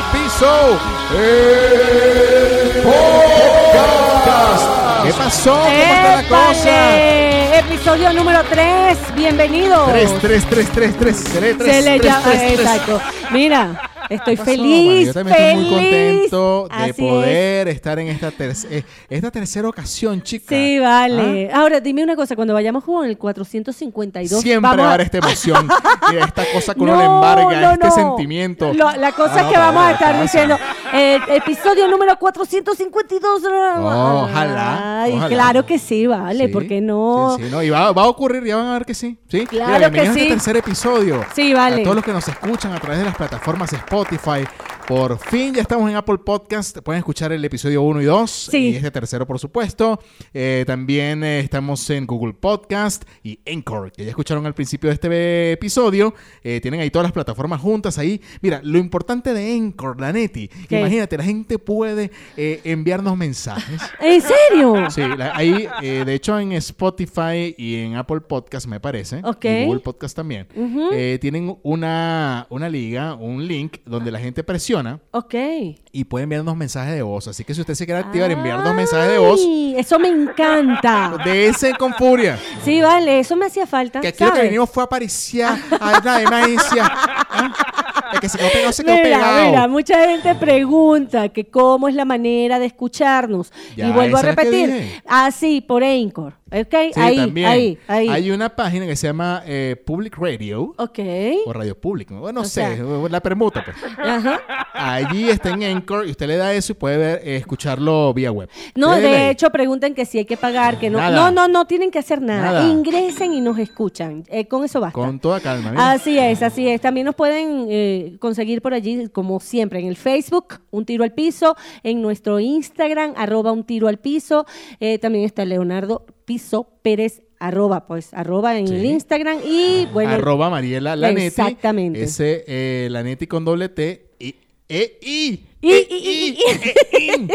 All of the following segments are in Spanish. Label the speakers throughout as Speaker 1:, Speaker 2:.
Speaker 1: pasó? El eh, podcast. ¿Qué pasó? ¿Cómo está la cosa?
Speaker 2: ¡Épale! Episodio número 3. Bienvenido.
Speaker 1: 3, 3, 3, tres, 3, Se
Speaker 2: Se le llama- Exacto. Mira, estoy feliz.
Speaker 1: Yo también estoy muy
Speaker 2: feliz.
Speaker 1: contento de
Speaker 2: Así es.
Speaker 1: poder estar en esta, terc- eh, esta tercera ocasión, ¿Ah? chicas.
Speaker 2: Sí, vale. Ahora, dime una cosa. Cuando vayamos con el 452,
Speaker 1: Siempre
Speaker 2: vamos
Speaker 1: va a
Speaker 2: a-
Speaker 1: haber esta emoción, eh, esta cosa que uno
Speaker 2: No,
Speaker 1: le embarga,
Speaker 2: no,
Speaker 1: este
Speaker 2: no.
Speaker 1: sentimiento.
Speaker 2: Lo- la cosa
Speaker 1: Ah,
Speaker 2: es
Speaker 1: no,
Speaker 2: que
Speaker 1: para
Speaker 2: vamos a
Speaker 1: ver,
Speaker 2: estar
Speaker 1: pasa.
Speaker 2: diciendo, eh, episodio número 452.
Speaker 1: No, ojalá,
Speaker 2: Ay,
Speaker 1: ojalá.
Speaker 2: Claro que sí, vale,
Speaker 1: Sí,
Speaker 2: ¿por qué no?
Speaker 1: Sí, sí, no, y va, va a ocurrir, ya van a ver que sí. ¿sí?
Speaker 2: Claro
Speaker 1: Mira, bienvenidos a
Speaker 2: que
Speaker 1: este
Speaker 2: sí.
Speaker 1: tercer episodio.
Speaker 2: Sí, vale.
Speaker 1: A todos los que nos escuchan a través de las plataformas Spotify. Por fin ya estamos en Apple Podcast. Pueden escuchar el episodio 1 y 2.
Speaker 2: Sí.
Speaker 1: Y este tercero, por supuesto. Eh, también eh, estamos en Google Podcast y Anchor, que ya escucharon al principio de este episodio. Eh, tienen ahí todas las plataformas juntas ahí. Mira, lo importante de Anchor, la Neti.
Speaker 2: ¿Qué?
Speaker 1: Imagínate, la gente puede eh, enviarnos mensajes.
Speaker 2: ¿En serio?
Speaker 1: Sí, la- ahí, eh, de hecho, en Spotify y en Apple Podcast, me parece,
Speaker 2: Ok.
Speaker 1: y Google Podcast también, eh, tienen una, una liga, un link, donde la gente presiona
Speaker 2: Ok.
Speaker 1: y puede enviarnos mensajes de voz. Así que si usted se quiere activar, enviar dos mensajes de voz,
Speaker 2: Ay, Eso me encanta.
Speaker 1: de ese con furia.
Speaker 2: Sí, vale, eso me hacía falta.
Speaker 1: Que aquí lo que
Speaker 2: ¿sabes?
Speaker 1: vinimos fue a pariciar, a una demencia. ¿ah? El que se quedó pegado, se quedó
Speaker 2: Mira,
Speaker 1: pegado.
Speaker 2: mira, mucha gente pregunta que cómo es la manera de escucharnos.
Speaker 1: Ya,
Speaker 2: y vuelvo a
Speaker 1: esa es la que
Speaker 2: repetir,
Speaker 1: dije.
Speaker 2: así, por Anchor. ¿Ok?
Speaker 1: Sí,
Speaker 2: ahí,
Speaker 1: también.
Speaker 2: ahí, ahí.
Speaker 1: Hay una página que se llama eh, Public Radio
Speaker 2: Ok.
Speaker 1: o Radio Public. No, no
Speaker 2: O
Speaker 1: sé,
Speaker 2: sea-
Speaker 1: la permuta, pues.
Speaker 2: Ajá.
Speaker 1: Allí está en Anchor y usted le da eso y puede ver, eh, escucharlo vía web.
Speaker 2: No,
Speaker 1: Dele
Speaker 2: de
Speaker 1: ahí.
Speaker 2: hecho, preguntan que si hay que pagar, que no.
Speaker 1: Nada.
Speaker 2: No, no, no tienen que hacer nada.
Speaker 1: Nada.
Speaker 2: Ingresen y nos escuchan. Eh, con eso basta.
Speaker 1: Con toda calma. mira.
Speaker 2: Así es, así es. También nos pueden eh, conseguir por allí, como siempre, en el Facebook, Un Tiro al Piso, en nuestro Instagram, arroba Un Tiro al Piso. Eh, también está Leonardo Piso Pérez, arroba, pues, arroba en
Speaker 1: Sí.
Speaker 2: el Instagram. Y bueno,
Speaker 1: Arroba Mariela Lanetti.
Speaker 2: Exactamente.
Speaker 1: Ese eh, Lanetti con doble T. Y, e, I.
Speaker 2: Y-
Speaker 1: E, I,
Speaker 2: y- y-
Speaker 1: e, I.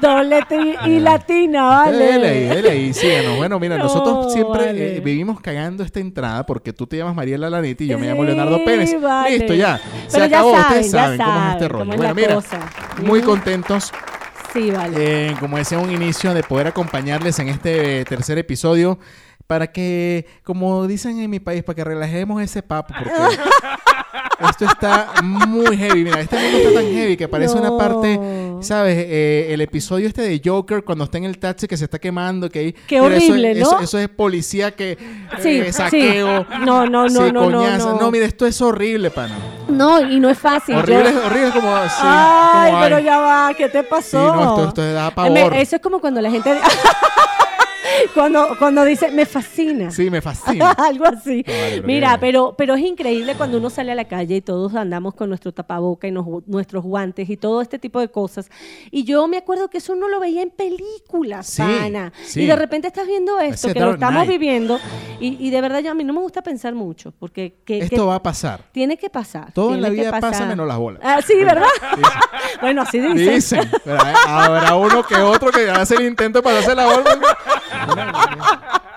Speaker 2: doble T y latina, ¿vale?
Speaker 1: Dele ahí, dele ahí, síganos. Bueno, mira,
Speaker 2: No,
Speaker 1: nosotros siempre
Speaker 2: vale.
Speaker 1: eh, vivimos cagando esta entrada porque tú te llamas Mariela Lanetti y yo me llamo
Speaker 2: Sí,
Speaker 1: Leonardo Pérez.
Speaker 2: vale.
Speaker 1: Listo, ya. Se
Speaker 2: Pero ya
Speaker 1: acabó.
Speaker 2: saben,
Speaker 1: Ustedes
Speaker 2: ya
Speaker 1: saben cómo es este
Speaker 2: saben
Speaker 1: rollo.
Speaker 2: cómo es
Speaker 1: bueno,
Speaker 2: la
Speaker 1: mira,
Speaker 2: cosa.
Speaker 1: muy
Speaker 2: Ujú.
Speaker 1: contentos
Speaker 2: Sí, vale.
Speaker 1: Eh, como decía un inicio, de poder acompañarles en este eh, tercer episodio para que, como dicen en mi país, para que relajemos ese papo, porque esto está muy heavy. Mira, este mundo está tan heavy que parece una
Speaker 2: No.
Speaker 1: parte, ¿sabes? Eh, el episodio este de Joker, cuando está en el taxi que se está quemando, que ahí...
Speaker 2: Qué
Speaker 1: mira, eso-
Speaker 2: horrible,
Speaker 1: eso,
Speaker 2: ¿no?
Speaker 1: Eso, es policía que...
Speaker 2: Sí,
Speaker 1: eh,
Speaker 2: sí.
Speaker 1: saqueo.
Speaker 2: No, no, no,
Speaker 1: sí,
Speaker 2: no, no,
Speaker 1: coñazo.
Speaker 2: no.
Speaker 1: mira, esto es horrible, pana.
Speaker 2: No, y no es fácil. yo-
Speaker 1: Horrible, horrible como... Sí,
Speaker 2: Ay,
Speaker 1: como,
Speaker 2: pero
Speaker 1: ay.
Speaker 2: ya va, ¿qué te pasó?
Speaker 1: Sí, no, esto- esto da pavor.
Speaker 2: Me- Eso es como cuando la gente. cuando, cuando dice, me fascina.
Speaker 1: Sí, me fascina.
Speaker 2: Algo así.
Speaker 1: No, vale, pero
Speaker 2: Mira,
Speaker 1: qué-
Speaker 2: pero, pero es increíble cuando uno sale a la calle y todos andamos con nuestro tapaboca y nos- nuestros guantes y todo este tipo de cosas. Y yo me acuerdo que eso uno lo veía en películas,
Speaker 1: Sí,
Speaker 2: pana.
Speaker 1: sí.
Speaker 2: Y de repente estás viendo esto,
Speaker 1: Ese
Speaker 2: que lo
Speaker 1: Dark
Speaker 2: estamos
Speaker 1: Knight.
Speaker 2: viviendo. Y, y de verdad, yo, a mí no me gusta pensar mucho, porque que- que-
Speaker 1: Esto va a pasar.
Speaker 2: tiene que pasar.
Speaker 1: Todo en
Speaker 2: tiene
Speaker 1: la
Speaker 2: que
Speaker 1: vida pasa
Speaker 2: pasar.
Speaker 1: menos las bolas.
Speaker 2: Ah, sí, ¿verdad? bueno, así dicen.
Speaker 1: Dicen. pero hay- Habrá uno que otro que hace el intento para hacer la orden.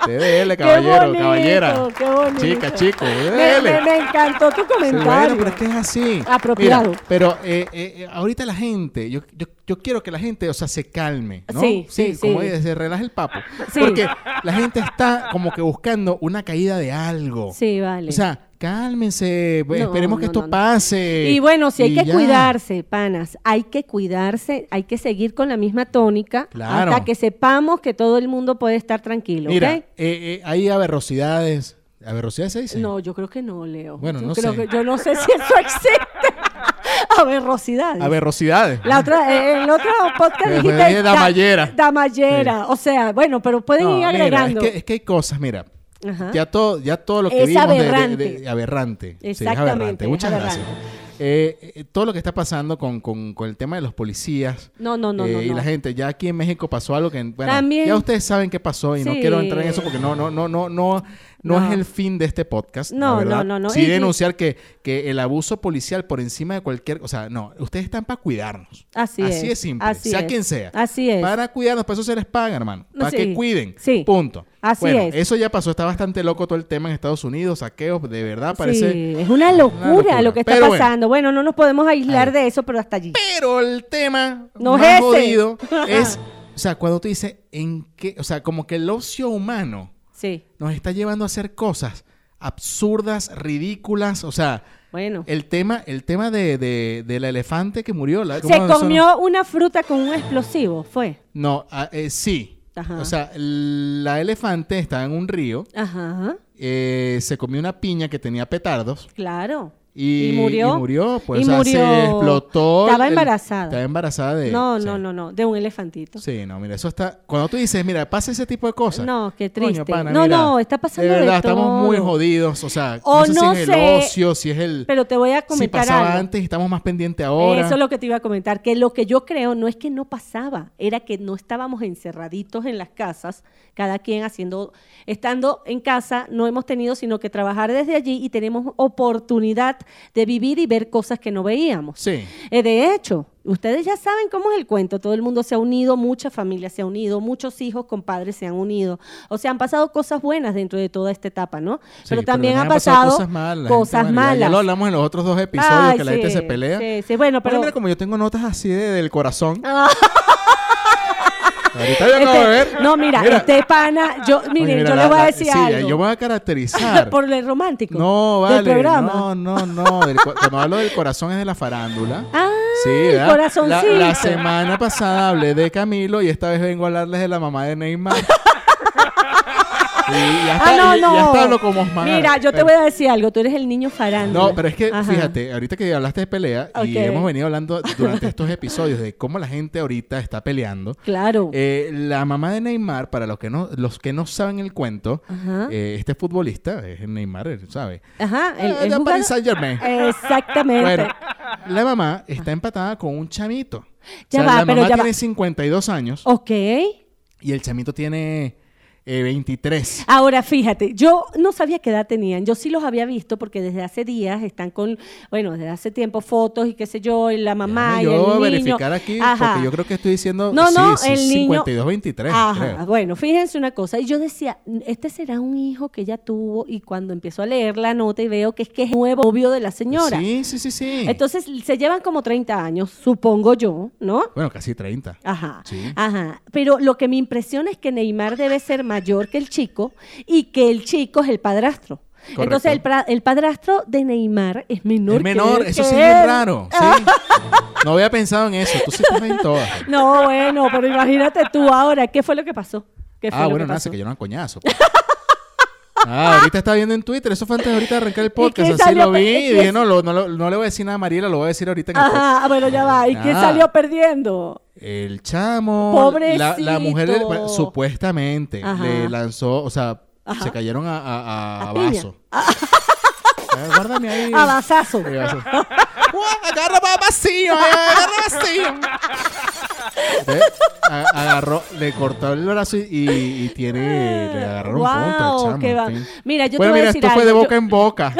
Speaker 1: Te dele,
Speaker 2: Qué
Speaker 1: caballero,
Speaker 2: bonito,
Speaker 1: caballera.
Speaker 2: qué bonito.
Speaker 1: Chica, chico,
Speaker 2: Me-
Speaker 1: dele.
Speaker 2: Me, me encantó tu
Speaker 1: Sí,
Speaker 2: comentario.
Speaker 1: bueno, pero es que es así.
Speaker 2: Apropiado.
Speaker 1: Mira, pero eh, eh, eh, ahorita la gente, yo, yo, yo quiero que la gente, o sea, se calme, ¿no?
Speaker 2: Sí, sí,
Speaker 1: como
Speaker 2: sí.
Speaker 1: dice, se relaje el papo.
Speaker 2: Sí.
Speaker 1: Porque la gente está como que buscando una caída de algo.
Speaker 2: Sí, vale.
Speaker 1: O sea, cálmense,
Speaker 2: No,
Speaker 1: esperemos que
Speaker 2: no,
Speaker 1: esto
Speaker 2: no, no.
Speaker 1: pase.
Speaker 2: y bueno, si hay que
Speaker 1: ya.
Speaker 2: cuidarse, panas, hay que cuidarse, hay que seguir con la misma tónica
Speaker 1: Claro.
Speaker 2: hasta que sepamos que todo el mundo puede estar tranquilo,
Speaker 1: Mira,
Speaker 2: ¿ok?
Speaker 1: eh, eh, hay aberrosidades. ¿Aberrosidades se dice?
Speaker 2: No, yo creo que no, Leo.
Speaker 1: Bueno,
Speaker 2: yo
Speaker 1: no
Speaker 2: creo
Speaker 1: sé.
Speaker 2: que- yo no sé si eso existe. Aberrosidades.
Speaker 1: Aberrosidades.
Speaker 2: La otra, eh, el otro podcast
Speaker 1: Pero
Speaker 2: dijiste
Speaker 1: dije damallera.
Speaker 2: da- damallera. O sea, bueno, pero pueden
Speaker 1: No,
Speaker 2: ir
Speaker 1: mira,
Speaker 2: agregando.
Speaker 1: es, que, es que hay cosas, mira.
Speaker 2: Ajá.
Speaker 1: Ya todo, ya todo lo que
Speaker 2: Es
Speaker 1: vimos de- de-
Speaker 2: aberrante.
Speaker 1: de- aberrante. Sí, es
Speaker 2: Exactamente,
Speaker 1: aberrante.
Speaker 2: es
Speaker 1: Muchas
Speaker 2: aberrante.
Speaker 1: gracias. Eh, eh, todo lo que está pasando con, con- con el tema de los policías
Speaker 2: No, no, no,
Speaker 1: eh,
Speaker 2: no,
Speaker 1: y
Speaker 2: no.
Speaker 1: la gente ya aquí en México pasó algo que bueno,
Speaker 2: También-
Speaker 1: ya ustedes saben qué pasó y no
Speaker 2: Sí.
Speaker 1: quiero entrar en eso porque no no no no no no,
Speaker 2: No.
Speaker 1: es el fin de este podcast.
Speaker 2: No,
Speaker 1: la verdad.
Speaker 2: no, no, no.
Speaker 1: Sí
Speaker 2: Y- y-
Speaker 1: denunciar que, que el abuso policial por encima de cualquier... O sea, no, ustedes están para cuidarnos.
Speaker 2: Así
Speaker 1: Así
Speaker 2: es,
Speaker 1: es simple.
Speaker 2: así
Speaker 1: sea
Speaker 2: es,
Speaker 1: quien sea.
Speaker 2: así es.
Speaker 1: Para cuidarnos, para eso se les paga, hermano.
Speaker 2: No,
Speaker 1: Para que
Speaker 2: sí,
Speaker 1: cuiden.
Speaker 2: sí.
Speaker 1: Punto.
Speaker 2: Así
Speaker 1: Bueno,
Speaker 2: es.
Speaker 1: Eso ya pasó. Está bastante loco todo el tema en Estados Unidos. Saqueos, de verdad, parece...
Speaker 2: Sí, es una locura,
Speaker 1: locura.
Speaker 2: lo que está
Speaker 1: Pero bueno.
Speaker 2: pasando. Bueno. no nos podemos aislar de eso, pero hasta allí.
Speaker 1: Pero el tema
Speaker 2: No
Speaker 1: más
Speaker 2: es ese.
Speaker 1: jodido es, o sea, cuando tú dices en qué, o sea, como que el ocio humano
Speaker 2: Sí,
Speaker 1: nos está llevando a hacer cosas absurdas, ridículas, o sea,
Speaker 2: bueno.
Speaker 1: el tema, el tema de, de- del elefante que murió, la-
Speaker 2: Se
Speaker 1: ¿cómo son?
Speaker 2: comió una fruta con un explosivo, fue.
Speaker 1: No, ah, eh, sí.
Speaker 2: Ajá.
Speaker 1: O sea, la elefante estaba en un río,
Speaker 2: Ajá,
Speaker 1: eh, se comió una piña que tenía petardos.
Speaker 2: claro.
Speaker 1: Y,
Speaker 2: Y murió. ah,
Speaker 1: y murió, pues
Speaker 2: Y
Speaker 1: o sea,
Speaker 2: murió.
Speaker 1: se explotó.
Speaker 2: Estaba
Speaker 1: el-
Speaker 2: embarazada.
Speaker 1: Estaba embarazada de.
Speaker 2: no,
Speaker 1: sí.
Speaker 2: no, no, no, de un elefantito.
Speaker 1: Sí, no, mira, eso está. Cuando tú dices, mira, pasa ese tipo de cosas.
Speaker 2: No, qué
Speaker 1: Coño,
Speaker 2: triste.
Speaker 1: pana,
Speaker 2: No,
Speaker 1: mira,
Speaker 2: no, está pasando de
Speaker 1: verdad, estamos
Speaker 2: todo.
Speaker 1: muy jodidos. O sea, no
Speaker 2: O
Speaker 1: sé
Speaker 2: no
Speaker 1: si es
Speaker 2: sé,
Speaker 1: el ocio, si es el.
Speaker 2: Pero te voy a
Speaker 1: si
Speaker 2: comentar
Speaker 1: pasaba
Speaker 2: algo.
Speaker 1: antes y estamos más pendientes ahora.
Speaker 2: Eso es lo que te iba a comentar, que lo que yo creo no es que no pasaba, era que no estábamos encerraditos en las casas, cada quien haciendo, estando en casa, no hemos tenido sino que trabajar desde allí y tenemos oportunidad de vivir y ver cosas que no veíamos.
Speaker 1: Sí.
Speaker 2: Eh, de hecho, ustedes ya saben cómo es el cuento. Todo el mundo se ha unido, mucha familia se ha unido, muchos hijos con padres se han unido. O sea, han pasado cosas buenas dentro de toda esta etapa, ¿no?
Speaker 1: Sí,
Speaker 2: pero también
Speaker 1: han
Speaker 2: ha pasado
Speaker 1: cosas malas.
Speaker 2: cosas
Speaker 1: gente, bueno, ya- Ya
Speaker 2: malas.
Speaker 1: lo hablamos en los otros dos episodios
Speaker 2: Ay,
Speaker 1: que la gente
Speaker 2: sí,
Speaker 1: se pelea.
Speaker 2: sí, sí. Bueno, pero-
Speaker 1: Bueno, mira, como yo tengo notas así de- del corazón. Ahorita yo acabo de
Speaker 2: Este-
Speaker 1: ver.
Speaker 2: no, mira, este pana, yo,
Speaker 1: Oye,
Speaker 2: miren,
Speaker 1: mira,
Speaker 2: yo
Speaker 1: la-
Speaker 2: le voy a
Speaker 1: la-
Speaker 2: decir
Speaker 1: sí,
Speaker 2: algo. Ah,
Speaker 1: Yo me voy a caracterizar.
Speaker 2: Por el romántico.
Speaker 1: No, vale.
Speaker 2: Del programa.
Speaker 1: No, no, no. del co- cuando hablo del corazón es de la farándula.
Speaker 2: Ah,
Speaker 1: Sí,
Speaker 2: el
Speaker 1: ¿verdad? La,
Speaker 2: corazoncito.
Speaker 1: la semana pasada hablé de Camilo y esta vez vengo a hablarles de la mamá de Neymar. y ya está,
Speaker 2: ah, no,
Speaker 1: y-
Speaker 2: no.
Speaker 1: ya está hablo como Osman.
Speaker 2: Mira, yo te
Speaker 1: Pero-
Speaker 2: voy a decir algo. Tú eres el niño farándula.
Speaker 1: No, pero es que
Speaker 2: Ajá.
Speaker 1: fíjate, ahorita que hablaste de pelea
Speaker 2: Ok.
Speaker 1: y hemos venido hablando durante estos episodios de cómo la gente ahorita está peleando.
Speaker 2: Claro.
Speaker 1: Eh, la mamá de Neymar, para los que no, los que no saben el cuento,
Speaker 2: Ajá.
Speaker 1: eh, este futbolista, es Neymar, él sabe.
Speaker 2: Ajá. El,
Speaker 1: Ah,
Speaker 2: el
Speaker 1: de
Speaker 2: jugador- Ah, eh,
Speaker 1: Paris Saint-Germain.
Speaker 2: Exactamente.
Speaker 1: Bueno, la mamá está empatada con un chamito.
Speaker 2: Ya
Speaker 1: o sea,
Speaker 2: va,
Speaker 1: la
Speaker 2: pero
Speaker 1: mamá
Speaker 2: ya va. Oh.
Speaker 1: tiene 52 años
Speaker 2: Ok.
Speaker 1: y el chamito tiene eh, 23.
Speaker 2: Ahora, fíjate, yo no sabía qué edad tenían. Yo sí los había visto porque desde hace días están con, bueno, desde hace tiempo fotos y qué sé yo, y la mamá
Speaker 1: Déjame
Speaker 2: y el
Speaker 1: yo
Speaker 2: niño.
Speaker 1: verificar aquí
Speaker 2: Ajá.
Speaker 1: porque yo creo que estoy diciendo
Speaker 2: No,
Speaker 1: sí,
Speaker 2: no,
Speaker 1: sí,
Speaker 2: el niño-
Speaker 1: 52 23.
Speaker 2: Ajá,
Speaker 1: creo.
Speaker 2: bueno, fíjense una cosa. Y yo decía, este será un hijo que ella tuvo y cuando empiezo a leer la nota y veo que es que es nuevo novio de la señora.
Speaker 1: Sí, sí, sí, sí.
Speaker 2: Entonces se llevan como 30 años, supongo yo, ¿no?
Speaker 1: bueno, casi 30.
Speaker 2: Ajá,
Speaker 1: Sí.
Speaker 2: ajá. Pero lo que me impresiona es que Neymar debe ser mayor que el chico y que el chico es el padrastro.
Speaker 1: Correcto.
Speaker 2: Entonces el, pra- el padrastro de Neymar es menor.
Speaker 1: es menor,
Speaker 2: que
Speaker 1: eso
Speaker 2: que
Speaker 1: sí es
Speaker 2: él.
Speaker 1: raro. Sí. No había pensado en eso. Tú sí estás en todas.
Speaker 2: No, bueno, pero imagínate tú ahora, ¿qué fue lo que pasó? ¿Qué fue
Speaker 1: Ah,
Speaker 2: lo
Speaker 1: bueno,
Speaker 2: que
Speaker 1: nada,
Speaker 2: pasó?
Speaker 1: se cayeron a coñazo. pues. Ah, ahorita está viendo en Twitter, eso fue antes de ahorita de arrancar el podcast,
Speaker 2: qué
Speaker 1: así
Speaker 2: salió?
Speaker 1: lo vi
Speaker 2: ¿Y
Speaker 1: y
Speaker 2: qué
Speaker 1: dije,
Speaker 2: es?
Speaker 1: no, lo- no, lo- no le voy a decir nada a Mariela, lo voy a decir ahorita en el podcast.
Speaker 2: Ajá, bueno, ya va. ¿Y quién
Speaker 1: Ah.
Speaker 2: salió perdiendo?
Speaker 1: El chamo, la, la
Speaker 2: Pobrecito.
Speaker 1: mujer del- bueno, supuestamente
Speaker 2: Ajá.
Speaker 1: le lanzó, o sea, se cayeron a, a, a- a vaso. Eh, Guárdame ahí.
Speaker 2: Ah. A basazo.
Speaker 1: Eh, vaso. Uah, Agarra va- vacío, eh, agarra vacío. Ve, a- Agarró, le cortó el brazo y, y- y tiene, le agarraron
Speaker 2: Guau,
Speaker 1: punto al chamo.
Speaker 2: qué
Speaker 1: en
Speaker 2: va-
Speaker 1: fin.
Speaker 2: Mira, yo te
Speaker 1: bueno,
Speaker 2: voy a
Speaker 1: mira,
Speaker 2: decir
Speaker 1: esto fue de
Speaker 2: algo,
Speaker 1: boca
Speaker 2: yo-
Speaker 1: en boca.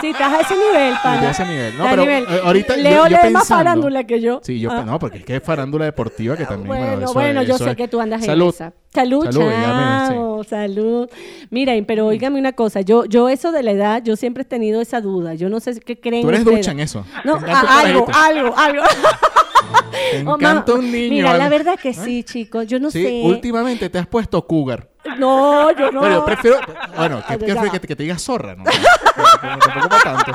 Speaker 2: Si estás a ese nivel, pana.
Speaker 1: De ese nivel. No,
Speaker 2: Está a
Speaker 1: pero
Speaker 2: nivel.
Speaker 1: eh, ahorita yo-
Speaker 2: Leo
Speaker 1: yo,
Speaker 2: lee más
Speaker 1: pensando-
Speaker 2: farándula que yo.
Speaker 1: Sí, yo
Speaker 2: Ah.
Speaker 1: no, porque es que es farándula deportiva que también.
Speaker 2: Bueno,
Speaker 1: eso
Speaker 2: bueno,
Speaker 1: es-
Speaker 2: yo
Speaker 1: eso
Speaker 2: sé
Speaker 1: es-
Speaker 2: que tú andas en
Speaker 1: Salud.
Speaker 2: esa. Salud,
Speaker 1: Salud,
Speaker 2: salud,
Speaker 1: ya me- sí.
Speaker 2: salud. Miren, pero óigame una cosa, yo, yo eso de la edad, yo siempre he tenido esa duda. Yo no sé qué creen.
Speaker 1: Tú eres
Speaker 2: ustedes.
Speaker 1: ducha en eso.
Speaker 2: No,
Speaker 1: Te encanta
Speaker 2: a-
Speaker 1: un
Speaker 2: algo,
Speaker 1: carajito.
Speaker 2: algo, algo.
Speaker 1: Te
Speaker 2: Oh,
Speaker 1: encanta
Speaker 2: ma-
Speaker 1: un niño.
Speaker 2: Mira, la
Speaker 1: ¿vale?
Speaker 2: verdad que sí, chicos. Yo no
Speaker 1: Sí,
Speaker 2: sé.
Speaker 1: últimamente te has puesto cougar.
Speaker 2: No, yo no.
Speaker 1: Bueno, yo prefiero. Bueno,
Speaker 2: Ay,
Speaker 1: que,
Speaker 2: ya
Speaker 1: que,
Speaker 2: va.
Speaker 1: que, que te digas zorra, ¿no? Tampoco- Tampoco para tanto.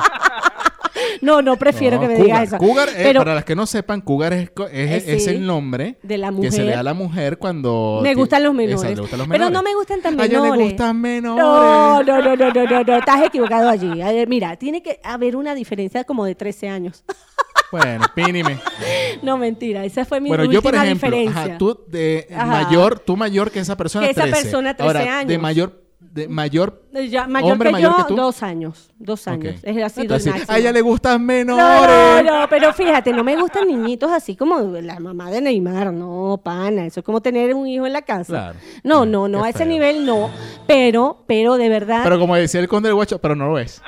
Speaker 2: No, no prefiero
Speaker 1: No,
Speaker 2: que me
Speaker 1: cougar.
Speaker 2: digas eso.
Speaker 1: Cougar, eh,
Speaker 2: pero
Speaker 1: para las que no sepan, cougar es, co- es,
Speaker 2: Eh,
Speaker 1: es
Speaker 2: sí.
Speaker 1: el nombre
Speaker 2: De la
Speaker 1: que se le
Speaker 2: mujer.
Speaker 1: da a la mujer cuando...
Speaker 2: me
Speaker 1: ti-
Speaker 2: gustan los
Speaker 1: Exacto,
Speaker 2: menores.
Speaker 1: le gustan los
Speaker 2: Pero no
Speaker 1: menores.
Speaker 2: me gustan tan
Speaker 1: A
Speaker 2: menores.
Speaker 1: ella le gustan menores.
Speaker 2: No, no, no, no, no, no, no, estás equivocado allí. A ver, mira, tiene que haber una diferencia como de 13 años.
Speaker 1: Bueno, pínime.
Speaker 2: no, mentira, esa fue mi
Speaker 1: Bueno,
Speaker 2: última
Speaker 1: yo, por ejemplo,
Speaker 2: diferencia.
Speaker 1: ajá, tú de
Speaker 2: Ajá.
Speaker 1: mayor, tú mayor que esa persona
Speaker 2: Que esa
Speaker 1: 13.
Speaker 2: persona, 13
Speaker 1: Ahora, de
Speaker 2: años.
Speaker 1: mayor de mayor.
Speaker 2: Ya, mayor
Speaker 1: Hombre
Speaker 2: que
Speaker 1: mayor
Speaker 2: yo,
Speaker 1: que tú.
Speaker 2: dos años. Dos años.
Speaker 1: Ok.
Speaker 2: Es así,
Speaker 1: Así,
Speaker 2: máximo.
Speaker 1: A ella le gustan
Speaker 2: No,
Speaker 1: menores.
Speaker 2: no, no, pero fíjate, no me gustan niñitos así como la mamá de Neymar, no, pana, eso es como tener un hijo en la casa.
Speaker 1: Claro.
Speaker 2: No, no, no,
Speaker 1: Qué
Speaker 2: a ese
Speaker 1: feo.
Speaker 2: nivel no, pero, pero de verdad,
Speaker 1: Pero como decía el conde del guacho, pero no lo es.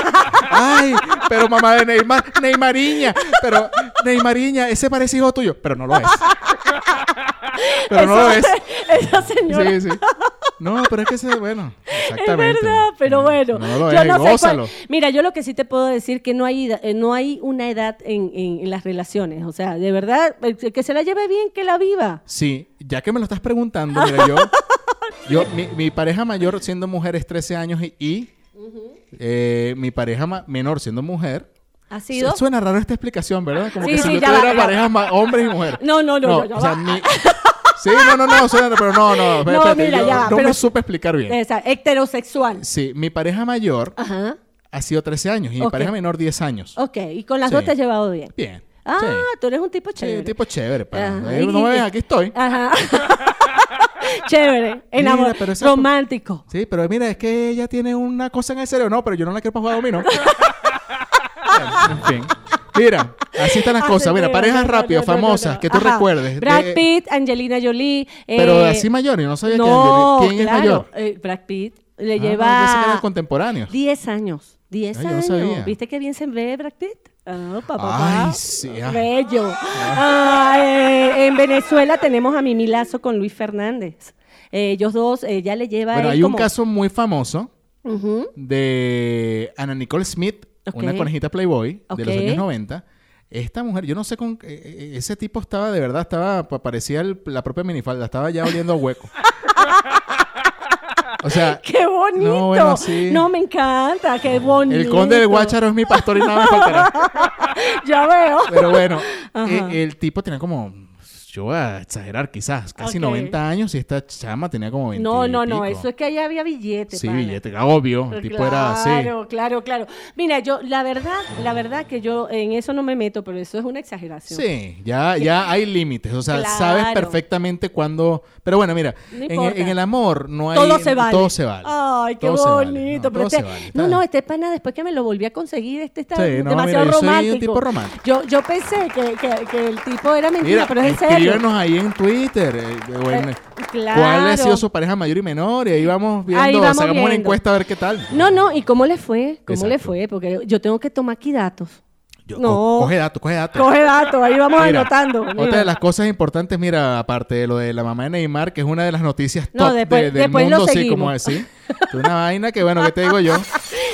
Speaker 1: Ay, pero mamá de Neymar, Neymariña, pero Neymariña, ese parece hijo tuyo, pero no lo es. Pero no lo
Speaker 2: esa-
Speaker 1: es.
Speaker 2: esa señora...
Speaker 1: Sí, sí. No, pero es que ese, bueno,
Speaker 2: Es
Speaker 1: exactamente.
Speaker 2: verdad, pero bueno,
Speaker 1: No lo
Speaker 2: yo
Speaker 1: es,
Speaker 2: no sé
Speaker 1: gózalo.
Speaker 2: cuál- Mira, yo lo que sí te puedo decir que no hay ida- eh, no hay una edad en, en- en las relaciones, o sea, de verdad, el que se la lleve bien, que la viva.
Speaker 1: Sí, ya que me lo estás preguntando, mira, yo, yo mi, mi pareja mayor siendo mujer es 13 años y, y, eh, mi pareja ma- menor siendo mujer.
Speaker 2: ¿Ha sido?
Speaker 1: Su- Suena raro esta explicación, ¿verdad? Como
Speaker 2: Sí,
Speaker 1: que
Speaker 2: sí,
Speaker 1: si yo
Speaker 2: ya va,
Speaker 1: tuviera
Speaker 2: ya va.
Speaker 1: parejas ma- hombres y mujeres.
Speaker 2: No, no, no, no, ya
Speaker 1: o sea,
Speaker 2: va.
Speaker 1: mi- Sí, no, no, no, suena, pero no, no,
Speaker 2: No,
Speaker 1: espérate,
Speaker 2: mira,
Speaker 1: yo
Speaker 2: ya va,
Speaker 1: no
Speaker 2: pero-
Speaker 1: me supe explicar bien.
Speaker 2: O sea, heterosexual.
Speaker 1: Sí, mi pareja mayor
Speaker 2: Ajá.
Speaker 1: ha sido 13 años y mi
Speaker 2: Ah. Ok.
Speaker 1: pareja menor 10 años.
Speaker 2: Ok, y con las dos
Speaker 1: Sí.
Speaker 2: te has llevado bien.
Speaker 1: Bien.
Speaker 2: Ah,
Speaker 1: sí.
Speaker 2: tú eres un tipo
Speaker 1: Sí,
Speaker 2: chévere.
Speaker 1: tipo chévere, pero
Speaker 2: Ajá. ah,
Speaker 1: no me ves, aquí estoy.
Speaker 2: Ajá. chévere, enamorado,
Speaker 1: pero esa-
Speaker 2: romántico.
Speaker 1: Sí, pero mira, es que ella tiene una cosa en el cerebro. No, pero yo no la quiero para jugar dominó. Bueno, en fin. Mira, así están las
Speaker 2: Ah,
Speaker 1: cosas. Mira,
Speaker 2: señora,
Speaker 1: parejas
Speaker 2: no, no,
Speaker 1: rápidas,
Speaker 2: no, no, no,
Speaker 1: famosas,
Speaker 2: no.
Speaker 1: que tú
Speaker 2: Ajá.
Speaker 1: recuerdes.
Speaker 2: Brad
Speaker 1: De-
Speaker 2: Pitt, Angelina Jolie. eh,
Speaker 1: Pero así mayor, yo no sabía que Angelina-
Speaker 2: no,
Speaker 1: quién es
Speaker 2: claro,
Speaker 1: mayor.
Speaker 2: eh, Brad Pitt le
Speaker 1: Ah, no,
Speaker 2: lleva
Speaker 1: yo pensé que eran contemporáneos.
Speaker 2: 10 años. 10
Speaker 1: Ay, yo no
Speaker 2: años.
Speaker 1: sabía.
Speaker 2: ¿Viste qué bien se ve Brad Pitt? Ah, pa, pa, pa.
Speaker 1: Ay, sí, ah.
Speaker 2: Bello. Ah, eh, en Venezuela tenemos a Mimi Lazo con Luis Fernández. Eh, ellos dos, eh, ya le lleva
Speaker 1: Bueno,
Speaker 2: él
Speaker 1: hay un
Speaker 2: como-
Speaker 1: caso muy famoso
Speaker 2: Ujú.
Speaker 1: de Ana Nicole Smith,
Speaker 2: Ok.
Speaker 1: una conejita Playboy de los
Speaker 2: Ok.
Speaker 1: años 90. Esta mujer, yo no sé con qué- eh, eh, ese tipo estaba de verdad, estaba pa- parecía el- la propia minifalda, estaba ya oliendo a hueco. O sea,
Speaker 2: ¡Qué bonito!
Speaker 1: No, bueno, sí.
Speaker 2: No, me encanta, qué bonito.
Speaker 1: el conde del Guácharo es mi pastor y nada me faltará.
Speaker 2: ya veo.
Speaker 1: Pero bueno,
Speaker 2: Ajá.
Speaker 1: eh, el tipo tenía como, yo voy a exagerar quizás, casi
Speaker 2: Ok.
Speaker 1: 90 años y esta chama tenía como 20.
Speaker 2: No, no,
Speaker 1: y
Speaker 2: no,
Speaker 1: pico.
Speaker 2: eso es que allá había billetes.
Speaker 1: Sí, billete, obvio, el tipo era así.
Speaker 2: Claro, claro, claro. Mira, yo, la verdad, la verdad que yo en eso no me meto, pero eso es una exageración.
Speaker 1: Sí, ya, ya hay límites, o sea,
Speaker 2: Claro.
Speaker 1: sabes perfectamente cuándo... Pero bueno, mira,
Speaker 2: No
Speaker 1: en, el-
Speaker 2: importa.
Speaker 1: en el amor no hay...
Speaker 2: Todo se vale.
Speaker 1: Todo se vale.
Speaker 2: Ay, qué
Speaker 1: Todo se vale, no,
Speaker 2: bonito. pero
Speaker 1: todo
Speaker 2: este-
Speaker 1: se vale,
Speaker 2: no,
Speaker 1: está.
Speaker 2: no, este pana después que me lo volví a conseguir, este está
Speaker 1: Sí, no, mira,
Speaker 2: demasiado
Speaker 1: yo soy un
Speaker 2: romántico.
Speaker 1: tipo romántico.
Speaker 2: Yo, yo pensé que, que- que el tipo era mentira,
Speaker 1: Mira,
Speaker 2: pero es en serio.
Speaker 1: escríbenos ahí en Twitter. eh, o en-
Speaker 2: Eh, claro.
Speaker 1: ¿Cuál ha sido su pareja mayor y menor? Y ahí vamos viendo,
Speaker 2: Ahí vamos
Speaker 1: sacamos una
Speaker 2: viendo.
Speaker 1: encuesta a ver qué tal.
Speaker 2: No, no, ¿y cómo le fue? ¿Cómo le
Speaker 1: Exacto.
Speaker 2: fue? Porque yo tengo que tomar aquí datos.
Speaker 1: Yo-
Speaker 2: No.
Speaker 1: co- Coge datos, coge datos.
Speaker 2: Coge datos, ahí vamos
Speaker 1: Mira,
Speaker 2: anotando.
Speaker 1: Otra de las cosas importantes, mira, aparte de lo de la mamá de Neymar, que es una de las noticias top
Speaker 2: No,
Speaker 1: de-
Speaker 2: después-
Speaker 1: del
Speaker 2: después lo
Speaker 1: mundo, sí,
Speaker 2: seguimos.
Speaker 1: como decir. Es una vaina que, bueno, ¿qué te digo yo?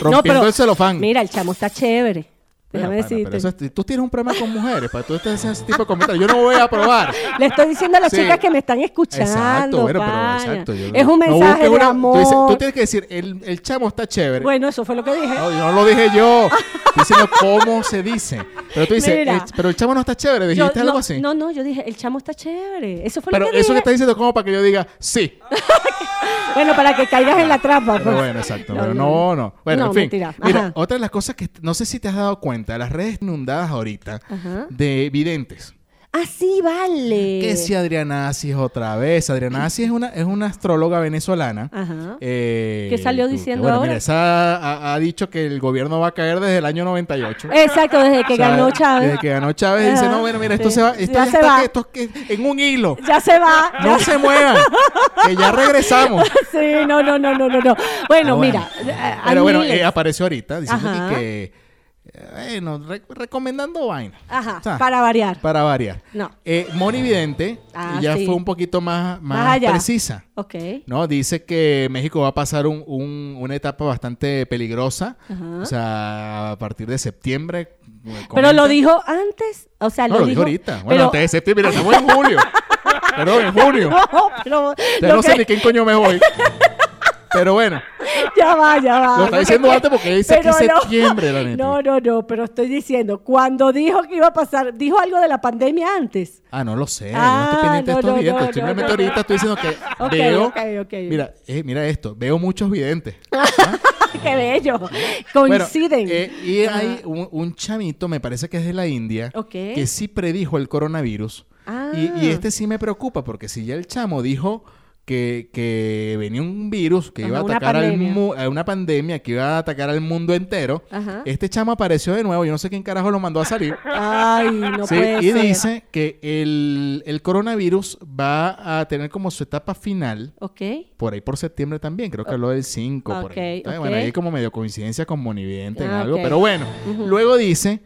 Speaker 1: Rompiendo
Speaker 2: No, pero-
Speaker 1: el celofán.
Speaker 2: Mira, el chamo está chévere.
Speaker 1: Bueno,
Speaker 2: Déjame
Speaker 1: pana, pero
Speaker 2: decirte.
Speaker 1: eso es- tú tienes un problema con mujeres, para tú estás haciendo ese tipo de comentarios. Yo no voy a probar.
Speaker 2: Le estoy diciendo a las
Speaker 1: Sí.
Speaker 2: chicas que me están escuchando.
Speaker 1: Exacto, bueno, pero
Speaker 2: pana.
Speaker 1: exacto. yo-
Speaker 2: es
Speaker 1: no
Speaker 2: un mensaje
Speaker 1: busques
Speaker 2: de
Speaker 1: una-
Speaker 2: amor.
Speaker 1: Tú, dices- tú tienes Ah, que decir, el, el chamo está chévere.
Speaker 2: Bueno, eso fue lo que dije.
Speaker 1: No, yo no lo dije yo. Estoy diciendo cómo se dice. Pero tú dices,
Speaker 2: Mira.
Speaker 1: "El- pero el chamo no está chévere.
Speaker 2: Yo-
Speaker 1: ¿Dijiste
Speaker 2: no,
Speaker 1: algo así?
Speaker 2: No, no, yo dije, el chamo está chévere. Eso fue
Speaker 1: pero
Speaker 2: lo que
Speaker 1: eso que
Speaker 2: dije.
Speaker 1: estás diciendo como para que yo diga, sí.
Speaker 2: Bueno, para que caigas en la trampa.
Speaker 1: Ah, Pero
Speaker 2: pues.
Speaker 1: bueno, exacto. pero no, no. Bueno,
Speaker 2: No,
Speaker 1: en fin.
Speaker 2: mentira. Ajá.
Speaker 1: Mira, otra de las cosas que no sé si te has dado cuenta, las redes inundadas ahorita
Speaker 2: Ajá. Eh.
Speaker 1: de videntes.
Speaker 2: Ah, sí, vale.
Speaker 1: Que si Adriana Asis otra vez. Adriana Asis es una, es una astróloga venezolana.
Speaker 2: Ajá.
Speaker 1: eh,
Speaker 2: ¿Qué salió
Speaker 1: tú- que,
Speaker 2: diciendo
Speaker 1: bueno,
Speaker 2: ahora?
Speaker 1: Mira, esa ha, ha dicho que el gobierno va a caer desde el año 98.
Speaker 2: Exacto, desde Eh, que
Speaker 1: O sea,
Speaker 2: ganó Chávez.
Speaker 1: Desde que ganó Chávez dice,
Speaker 2: Ajá.
Speaker 1: no, bueno, mira, esto
Speaker 2: Sí.
Speaker 1: se va, esto
Speaker 2: Ya
Speaker 1: ya,
Speaker 2: se
Speaker 1: está
Speaker 2: va.
Speaker 1: que- esto es que- en un hilo.
Speaker 2: Ya se va.
Speaker 1: No se muevan, que ya regresamos.
Speaker 2: Sí, no, no, no, no, no, no.
Speaker 1: Pero
Speaker 2: Bueno, mira.
Speaker 1: Ah, bueno.
Speaker 2: eh, hay
Speaker 1: Pero bueno,
Speaker 2: miles.
Speaker 1: eh, apareció ahorita diciendo
Speaker 2: Ajá.
Speaker 1: que, que, eh, bueno, re- recomendando vaina.
Speaker 2: Ajá,
Speaker 1: O sea,
Speaker 2: para variar.
Speaker 1: para variar.
Speaker 2: No.
Speaker 1: Eh, Moni Vidente
Speaker 2: Ah,
Speaker 1: ya
Speaker 2: sí.
Speaker 1: fue un poquito más, más,
Speaker 2: Más allá.
Speaker 1: precisa.
Speaker 2: Ok.
Speaker 1: ¿no? Dice que México va a pasar un- un- una etapa bastante peligrosa.
Speaker 2: Ajá.
Speaker 1: O sea, a partir de septiembre. eh,
Speaker 2: Pero lo
Speaker 1: comenta.
Speaker 2: dijo antes. O sea,
Speaker 1: No, lo dijo ahorita. Bueno,
Speaker 2: pero-
Speaker 1: antes de septiembre, mira, estamos en julio. Perdón, en junio.
Speaker 2: No, pero.
Speaker 1: Ya
Speaker 2: lo
Speaker 1: no sé
Speaker 2: que-
Speaker 1: ni quién coño me voy. Pero bueno.
Speaker 2: Ya va, ya va.
Speaker 1: Lo está
Speaker 2: No
Speaker 1: diciendo
Speaker 2: te-
Speaker 1: antes porque dice aquí
Speaker 2: Pero
Speaker 1: septiembre, la neta.
Speaker 2: No, no, no, pero estoy diciendo, cuando dijo que iba a pasar, dijo algo de la pandemia antes.
Speaker 1: Ah, no lo sé. yo no
Speaker 2: Ah,
Speaker 1: estoy pendiente
Speaker 2: no,
Speaker 1: de estos
Speaker 2: no,
Speaker 1: videntes.
Speaker 2: no, no,
Speaker 1: Simplemente
Speaker 2: no.
Speaker 1: ahorita estoy diciendo que
Speaker 2: Ok,
Speaker 1: veo.
Speaker 2: ok, ok.
Speaker 1: Mira, eh, mira esto. Veo muchos videntes. ¿ah?
Speaker 2: ¡Qué bello!
Speaker 1: Bueno,
Speaker 2: Coinciden.
Speaker 1: eh, y
Speaker 2: Ajá.
Speaker 1: hay un, un chamito, me parece que es de la India,
Speaker 2: Ok.
Speaker 1: que sí predijo el coronavirus.
Speaker 2: Ah.
Speaker 1: Y, y este sí me preocupa porque si ya el chamo dijo que, que venía un virus que iba a
Speaker 2: Ajá, una
Speaker 1: atacar al
Speaker 2: pandemia.
Speaker 1: mu- a una pandemia que iba a atacar al mundo entero.
Speaker 2: Ajá.
Speaker 1: Este chamo apareció de nuevo, yo no sé quién carajo lo mandó a salir.
Speaker 2: Ay, no
Speaker 1: Sí,
Speaker 2: puede
Speaker 1: y
Speaker 2: ser.
Speaker 1: dice que el, el coronavirus va a tener como su etapa final
Speaker 2: Ok.
Speaker 1: por ahí por septiembre también, creo que habló del 5 por ahí.
Speaker 2: Ok,
Speaker 1: Entonces,
Speaker 2: ok.
Speaker 1: Bueno, ahí hay como medio coincidencia con Monividente en
Speaker 2: Ah,
Speaker 1: algo,
Speaker 2: ok.
Speaker 1: pero bueno.
Speaker 2: Ujú.
Speaker 1: Luego dice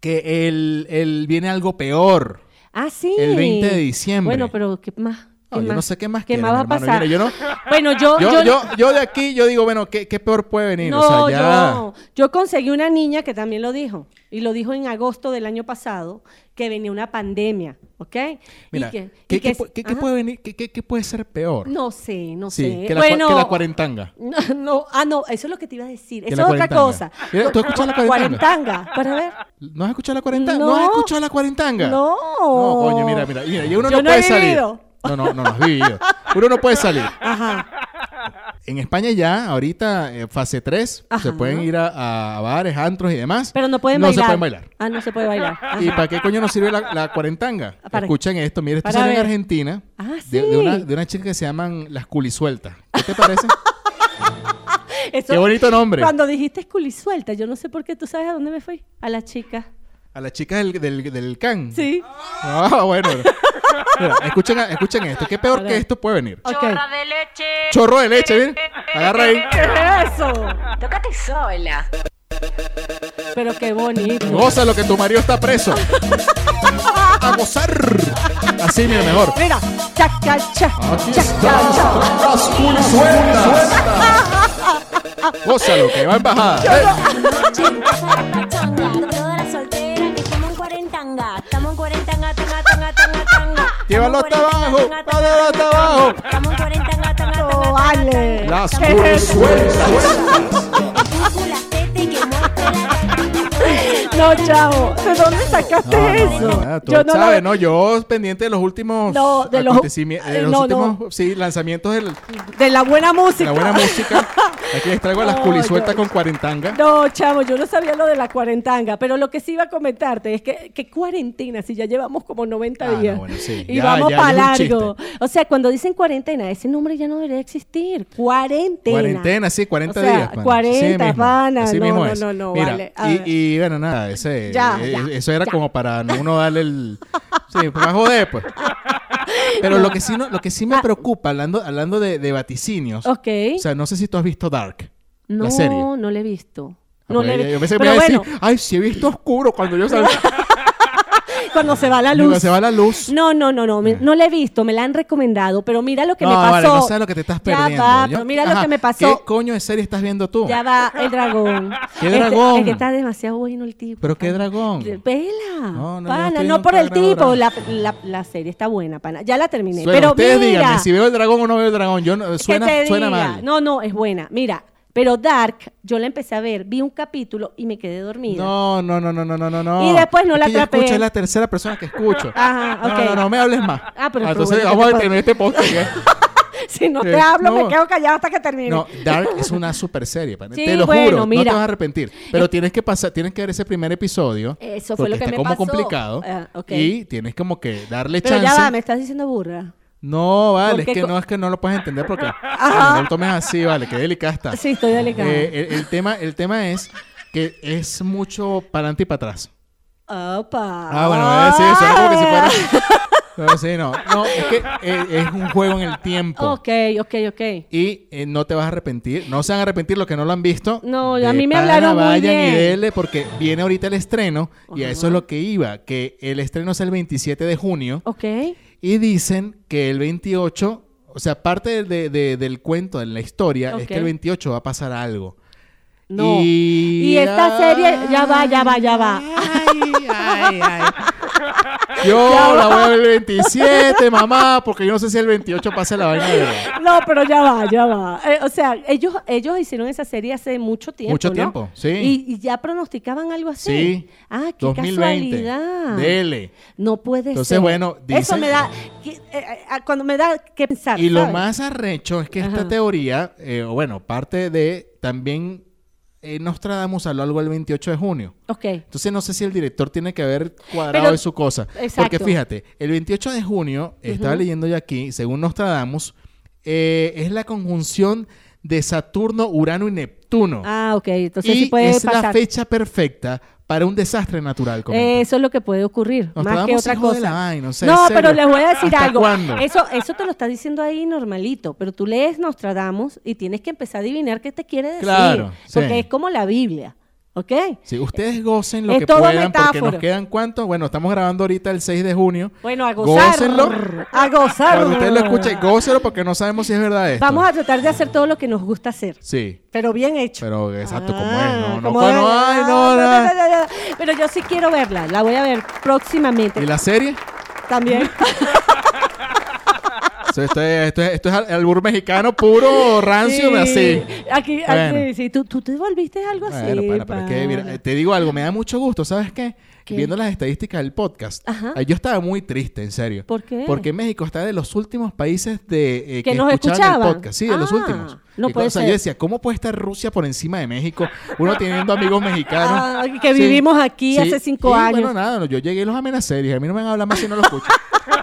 Speaker 1: que el, el- viene algo peor
Speaker 2: Ah, sí.
Speaker 1: el 20 de diciembre.
Speaker 2: Bueno, pero ¿qué
Speaker 1: No,
Speaker 2: más? ¿Qué
Speaker 1: Oh, yo
Speaker 2: más?
Speaker 1: no sé qué más
Speaker 2: ¿Qué
Speaker 1: quieren,
Speaker 2: más va a
Speaker 1: hermano.
Speaker 2: pasar?
Speaker 1: Mira, yo no-
Speaker 2: Bueno, yo...
Speaker 1: Yo,
Speaker 2: yo-
Speaker 1: yo, yo de aquí, yo digo, bueno, ¿qué, qué peor puede venir?
Speaker 2: No,
Speaker 1: o sea, ya...
Speaker 2: yo, yo conseguí una niña que también lo dijo, y lo dijo en agosto del año pasado, que venía una pandemia, ¿ok?
Speaker 1: Mira,
Speaker 2: y que,
Speaker 1: ¿qué, qué
Speaker 2: y que-
Speaker 1: pu- qué- qué
Speaker 2: ajá.
Speaker 1: puede venir? ¿Qué, qué- qué puede ser peor?
Speaker 2: No sé, no
Speaker 1: sí,
Speaker 2: sé.
Speaker 1: que la, cua-
Speaker 2: bueno,
Speaker 1: que la cuarentanga.
Speaker 2: No, no, ah, no, eso es lo que te iba a decir.
Speaker 1: Que
Speaker 2: Eso
Speaker 1: la
Speaker 2: es otra
Speaker 1: cuarentanga.
Speaker 2: cosa.
Speaker 1: Mira, ¿tú escuchas la cuarentanga?
Speaker 2: Cuarentanga, para ver.
Speaker 1: ¿No has escuchado la cuarentanga? ¿No, has
Speaker 2: No.
Speaker 1: escuchado la cuarentanga?
Speaker 2: No.
Speaker 1: No, coño, mira, mira. mira, y uno
Speaker 2: Yo
Speaker 1: no,
Speaker 2: no he
Speaker 1: puede salir.
Speaker 2: vivido.
Speaker 1: No, no, no, no has vivido. Uno no puede salir.
Speaker 2: Ajá.
Speaker 1: En España ya, ahorita, eh, fase 3, se
Speaker 2: Ajá.
Speaker 1: pueden ir a, a bares, antros y demás.
Speaker 2: Pero no pueden
Speaker 1: no
Speaker 2: bailar.
Speaker 1: se pueden bailar.
Speaker 2: Ah, no se puede bailar. Ajá. Ah,
Speaker 1: ¿Y para qué coño nos sirve la, la cuarentanga?
Speaker 2: Para-
Speaker 1: Escuchen esto, mire, esto
Speaker 2: para
Speaker 1: sale en
Speaker 2: ver.
Speaker 1: Argentina.
Speaker 2: Ah,
Speaker 1: de, de
Speaker 2: sí.
Speaker 1: una, de una chica que se llaman las culisueltas. ¿Qué te parece?
Speaker 2: Eso-
Speaker 1: qué bonito nombre.
Speaker 2: Cuando dijiste culisuelta, yo no sé por qué tú sabes a dónde me fui. A la chica.
Speaker 1: A las chicas del, del, del can.
Speaker 2: Sí.
Speaker 1: Ah, bueno. Mira, escuchen, escuchen esto. ¿Qué peor que esto puede venir?
Speaker 2: Ok.
Speaker 3: Chorra de leche.
Speaker 1: Chorro de leche, miren. Agarra ahí.
Speaker 2: ¿Qué es eso?
Speaker 3: Tócate sola.
Speaker 2: Pero qué bonito.
Speaker 1: Goza lo que tu marido está preso. A gozar. Así, mira, mejor.
Speaker 2: Mira, chaca, cha,
Speaker 1: Aquí
Speaker 2: chaca, cha.
Speaker 1: están las culisueltas. Goza lo que va en bajada.
Speaker 4: Estamos en cuarentanga, estamos en cuarentanga, tanga, tanga, tanga, tanga.
Speaker 1: Llévalo hasta abajo, llévalo hasta abajo.
Speaker 4: Estamos en cuarentanga, tanga, tanga,
Speaker 2: No,
Speaker 4: tanga,
Speaker 2: vale.
Speaker 4: tanga.
Speaker 1: Las
Speaker 2: ¿Qué es eso?
Speaker 1: culisueltas.
Speaker 4: Escupo las tetas que muestra la tanga.
Speaker 2: No, chavo, ¿de dónde sacaste eso?
Speaker 1: No, nada, tú
Speaker 2: Yo no lo-
Speaker 1: sabes, ¿no? Yo pendiente de los últimos
Speaker 2: No, de los-
Speaker 1: acontecimi- de los
Speaker 2: no, no.
Speaker 1: últimos sí, lanzamientos del-
Speaker 2: De la buena
Speaker 1: de
Speaker 2: música.
Speaker 1: la buena música. Aquí les traigo a las
Speaker 2: No,
Speaker 1: culisueltas
Speaker 2: yo-
Speaker 1: con cuarentanga.
Speaker 2: No, chavo, yo no sabía lo de la cuarentanga, pero lo que sí iba a comentarte es que, que cuarentena, si ya llevamos como 90
Speaker 1: Ah, no,
Speaker 2: días
Speaker 1: bueno, sí,
Speaker 2: y
Speaker 1: ya-
Speaker 2: vamos
Speaker 1: ya
Speaker 2: para
Speaker 1: es un
Speaker 2: largo. O sea, cuando dicen cuarentena, ese nombre ya no debería existir. Cuarentena.
Speaker 1: Cuarentena, sí, 40
Speaker 2: O sea,
Speaker 1: días. pana.
Speaker 2: 40,
Speaker 1: mismo,
Speaker 2: pana.
Speaker 1: así
Speaker 2: No,
Speaker 1: mismo
Speaker 2: no,
Speaker 1: es.
Speaker 2: no, no,
Speaker 1: Mira,
Speaker 2: vale. A ver.
Speaker 1: Y, y bueno, nada, ese,
Speaker 2: Ya,
Speaker 1: eh,
Speaker 2: ya,
Speaker 1: eso era como para no uno darle el... Sí, para joder, pues. Pero lo que sí, no, lo que sí me preocupa, hablando, hablando de, de vaticinios,
Speaker 2: Ah. Ok.
Speaker 1: o sea, no sé si tú has visto Dark,
Speaker 2: no,
Speaker 1: la serie.
Speaker 2: no le he visto.
Speaker 1: Ah,
Speaker 2: No
Speaker 1: pues,
Speaker 2: le he
Speaker 1: yo-
Speaker 2: visto.
Speaker 1: yo pensé que me
Speaker 2: pero
Speaker 1: iba a decir,
Speaker 2: bueno,
Speaker 1: ay, si he visto oscuro cuando yo salgo.
Speaker 2: cuando se va la
Speaker 1: Cuando
Speaker 2: luz.
Speaker 1: se va la luz. Eh.
Speaker 2: No, no, no, no, me- no la he visto, me la han recomendado, pero mira lo que
Speaker 1: No,
Speaker 2: me pasó.
Speaker 1: vale, no sabes lo que te estás
Speaker 2: Ya
Speaker 1: perdiendo.
Speaker 2: va,
Speaker 1: Yo-
Speaker 2: pero mira lo
Speaker 1: Ajá,
Speaker 2: que me
Speaker 1: ¿Qué
Speaker 2: pasó.
Speaker 1: coño de serie estás viendo tú?
Speaker 2: Ya va el dragón.
Speaker 1: ¿Qué
Speaker 2: Este-
Speaker 1: dragón?
Speaker 2: es que está demasiado bueno el tipo.
Speaker 1: ¿Pero qué
Speaker 2: pana.
Speaker 1: dragón?
Speaker 2: De- Pela.
Speaker 1: No, no, yo
Speaker 2: pana,
Speaker 1: estoy en
Speaker 2: no por
Speaker 1: un
Speaker 2: el tipo.
Speaker 1: dragón.
Speaker 2: La, la, la serie está buena, pana. Ya la terminé.
Speaker 1: Suena,
Speaker 2: pero
Speaker 1: ustedes
Speaker 2: mira.
Speaker 1: díganme si veo el dragón o no veo el dragón. Yo no-
Speaker 2: ¿qué
Speaker 1: suena,
Speaker 2: te
Speaker 1: suena
Speaker 2: diga?
Speaker 1: mal.
Speaker 2: No, no, es buena. Mira, pero Dark, yo la empecé a ver, vi un capítulo y me quedé dormida.
Speaker 1: No, no, no, no, no, no, no, no.
Speaker 2: Y después no
Speaker 1: Es
Speaker 2: la
Speaker 1: que yo
Speaker 2: atrapé.
Speaker 1: escucho, es la tercera persona que escucho.
Speaker 2: Ajá, ok.
Speaker 1: No, no, no me hables más.
Speaker 2: Ah, pero-
Speaker 1: entonces
Speaker 2: pero bueno,
Speaker 1: vamos
Speaker 2: ¿qué
Speaker 1: a
Speaker 2: te
Speaker 1: terminar este podcast. ¿eh?
Speaker 2: si no
Speaker 1: Eh,
Speaker 2: te hablo,
Speaker 1: no.
Speaker 2: me quedo callada hasta que termine.
Speaker 1: No, Dark es una super serie, pana.
Speaker 2: Sí,
Speaker 1: te lo
Speaker 2: bueno,
Speaker 1: juro, no te
Speaker 2: mira.
Speaker 1: vas a arrepentir. Pero tienes que pasar, tienes que ver ese primer episodio. porque
Speaker 2: Eso fue lo que
Speaker 1: está
Speaker 2: me
Speaker 1: como
Speaker 2: pasó.
Speaker 1: complicado.
Speaker 2: Ah, ok.
Speaker 1: Y tienes como que darle
Speaker 2: pero
Speaker 1: chance.
Speaker 2: ya va, me estás diciendo burra.
Speaker 1: No, vale, es
Speaker 2: Porque
Speaker 1: que
Speaker 2: co-
Speaker 1: no es que no lo puedes entender porque Ay, no lo tomes así, vale, qué delicada está.
Speaker 2: Sí, estoy delicada.
Speaker 1: Eh, el, el tema, el tema es que es mucho para adelante y para atrás.
Speaker 2: Opa.
Speaker 1: Ah, bueno, eh, sí, suena como que si
Speaker 2: Ah.
Speaker 1: fuera. No, sí, no. No, es que eh, es un juego en el tiempo.
Speaker 2: Ok, ok, ok.
Speaker 1: Y eh, no te vas a arrepentir. No se van a arrepentir los que no lo han visto.
Speaker 2: No,
Speaker 1: De
Speaker 2: a mí me
Speaker 1: pana,
Speaker 2: hablaron muy
Speaker 1: Vayan y
Speaker 2: bien.
Speaker 1: denle porque viene ahorita el estreno y a eso es lo que iba. Que el estreno es el 27 de junio.
Speaker 2: Ok.
Speaker 1: Y dicen que el 28, o sea, parte de- de- del cuento, de la historia, es
Speaker 2: Ok.
Speaker 1: que el 28 va a pasar algo.
Speaker 2: No.
Speaker 1: Y,
Speaker 2: Y esta serie- ya va, ya va, ya va.
Speaker 1: Ay, ay, ay. Yo la voy a ver el 27, mamá, porque yo no sé si el 28 pasa la vaina de verdad.
Speaker 2: No, pero ya va, ya va. Eh, o sea, ellos, ellos hicieron esa serie hace mucho tiempo.
Speaker 1: Mucho
Speaker 2: ¿no?
Speaker 1: tiempo, sí.
Speaker 2: Y, y ya pronosticaban algo así.
Speaker 1: Sí.
Speaker 2: Ah, qué casualidad.
Speaker 1: Dele.
Speaker 2: No puede
Speaker 1: Entonces,
Speaker 2: ser.
Speaker 1: bueno,
Speaker 2: Eso
Speaker 1: dicen-
Speaker 2: me da. que- eh, eh, cuando me da que pensar.
Speaker 1: Y lo
Speaker 2: ¿sabes?
Speaker 1: más arrecho es que esta
Speaker 2: Ajá.
Speaker 1: teoría, eh, o bueno, parte de también eh, Nostradamus habló algo el 28 de junio.
Speaker 2: Ok.
Speaker 1: Entonces no sé si el director tiene que haber cuadrado
Speaker 2: Pero-
Speaker 1: de su cosa. Porque
Speaker 2: exacto.
Speaker 1: fíjate, el 28 de junio, estaba leyendo ya aquí, según Nostradamus, eh, es la conjunción de Saturno, Urano y Neptuno.
Speaker 2: Ah, ok. Entonces
Speaker 1: y
Speaker 2: sí puede
Speaker 1: es la
Speaker 2: pasar.
Speaker 1: fecha perfecta para un desastre natural. comenta.
Speaker 2: Eso es lo que puede ocurrir, más que
Speaker 1: Nostradamus,
Speaker 2: otra
Speaker 1: hijo de
Speaker 2: cosa.
Speaker 1: la vaina, o sea, en
Speaker 2: no,
Speaker 1: serio.
Speaker 2: pero les voy a decir
Speaker 1: ¿Hasta
Speaker 2: algo.
Speaker 1: cuándo?
Speaker 2: Eso, eso te lo está diciendo ahí normalito, pero tú lees Nostradamus y tienes que empezar a adivinar qué te quiere decir,
Speaker 1: Claro,
Speaker 2: porque
Speaker 1: sí.
Speaker 2: es como la Biblia, ¿ok?
Speaker 1: Sí, ustedes gocen lo
Speaker 2: es
Speaker 1: que
Speaker 2: todo
Speaker 1: puedan porque
Speaker 2: metáfora.
Speaker 1: nos quedan cuántos. Bueno, estamos grabando ahorita el 6 de junio.
Speaker 2: Bueno, a gozar,
Speaker 1: Gócenlo.
Speaker 2: a gozar.
Speaker 1: Cuando ustedes lo escuchen, gócenlo porque no sabemos si es verdad esto.
Speaker 2: Vamos a tratar de hacer todo lo que nos gusta hacer,
Speaker 1: Sí,
Speaker 2: pero bien hecho.
Speaker 1: pero exacto, como
Speaker 2: Ah,
Speaker 1: es. No, no,
Speaker 2: como
Speaker 1: cuando-
Speaker 2: es. Ah,
Speaker 1: ay, no, no.
Speaker 2: no, no, no. Pero yo sí quiero verla, la voy a ver próximamente
Speaker 1: ¿Y la serie?
Speaker 2: también.
Speaker 1: Esto, esto es, esto, es, esto es al- albur mexicano puro, rancio,
Speaker 2: Sí.
Speaker 1: así.
Speaker 2: Aquí, aquí,
Speaker 1: Bueno.
Speaker 2: sí. ¿Tú, tú te volviste algo así.
Speaker 1: Bueno, pana, pero es que, mira, eh,
Speaker 2: pana.
Speaker 1: te digo algo, me da mucho gusto, ¿sabes qué?
Speaker 2: ¿Qué?
Speaker 1: Viendo las estadísticas del podcast,
Speaker 2: Ajá.
Speaker 1: eh, yo estaba muy triste, en serio.
Speaker 2: ¿Por qué?
Speaker 1: Porque México está de los últimos países de, eh,
Speaker 2: Que nos escuchaban.
Speaker 1: el podcast. Sí, de los
Speaker 2: Ah,
Speaker 1: últimos.
Speaker 2: no
Speaker 1: Y
Speaker 2: puede
Speaker 1: cosa-
Speaker 2: ser.
Speaker 1: Yo decía, ¿cómo puede estar Rusia por encima de México? Uno teniendo amigos mexicanos.
Speaker 2: Ah, que vivimos aquí hace cinco
Speaker 1: Y,
Speaker 2: años.
Speaker 1: Bueno, nada, no, yo llegué y los amenacé. Dije, a mí no me van a hablar más si no lo escucho.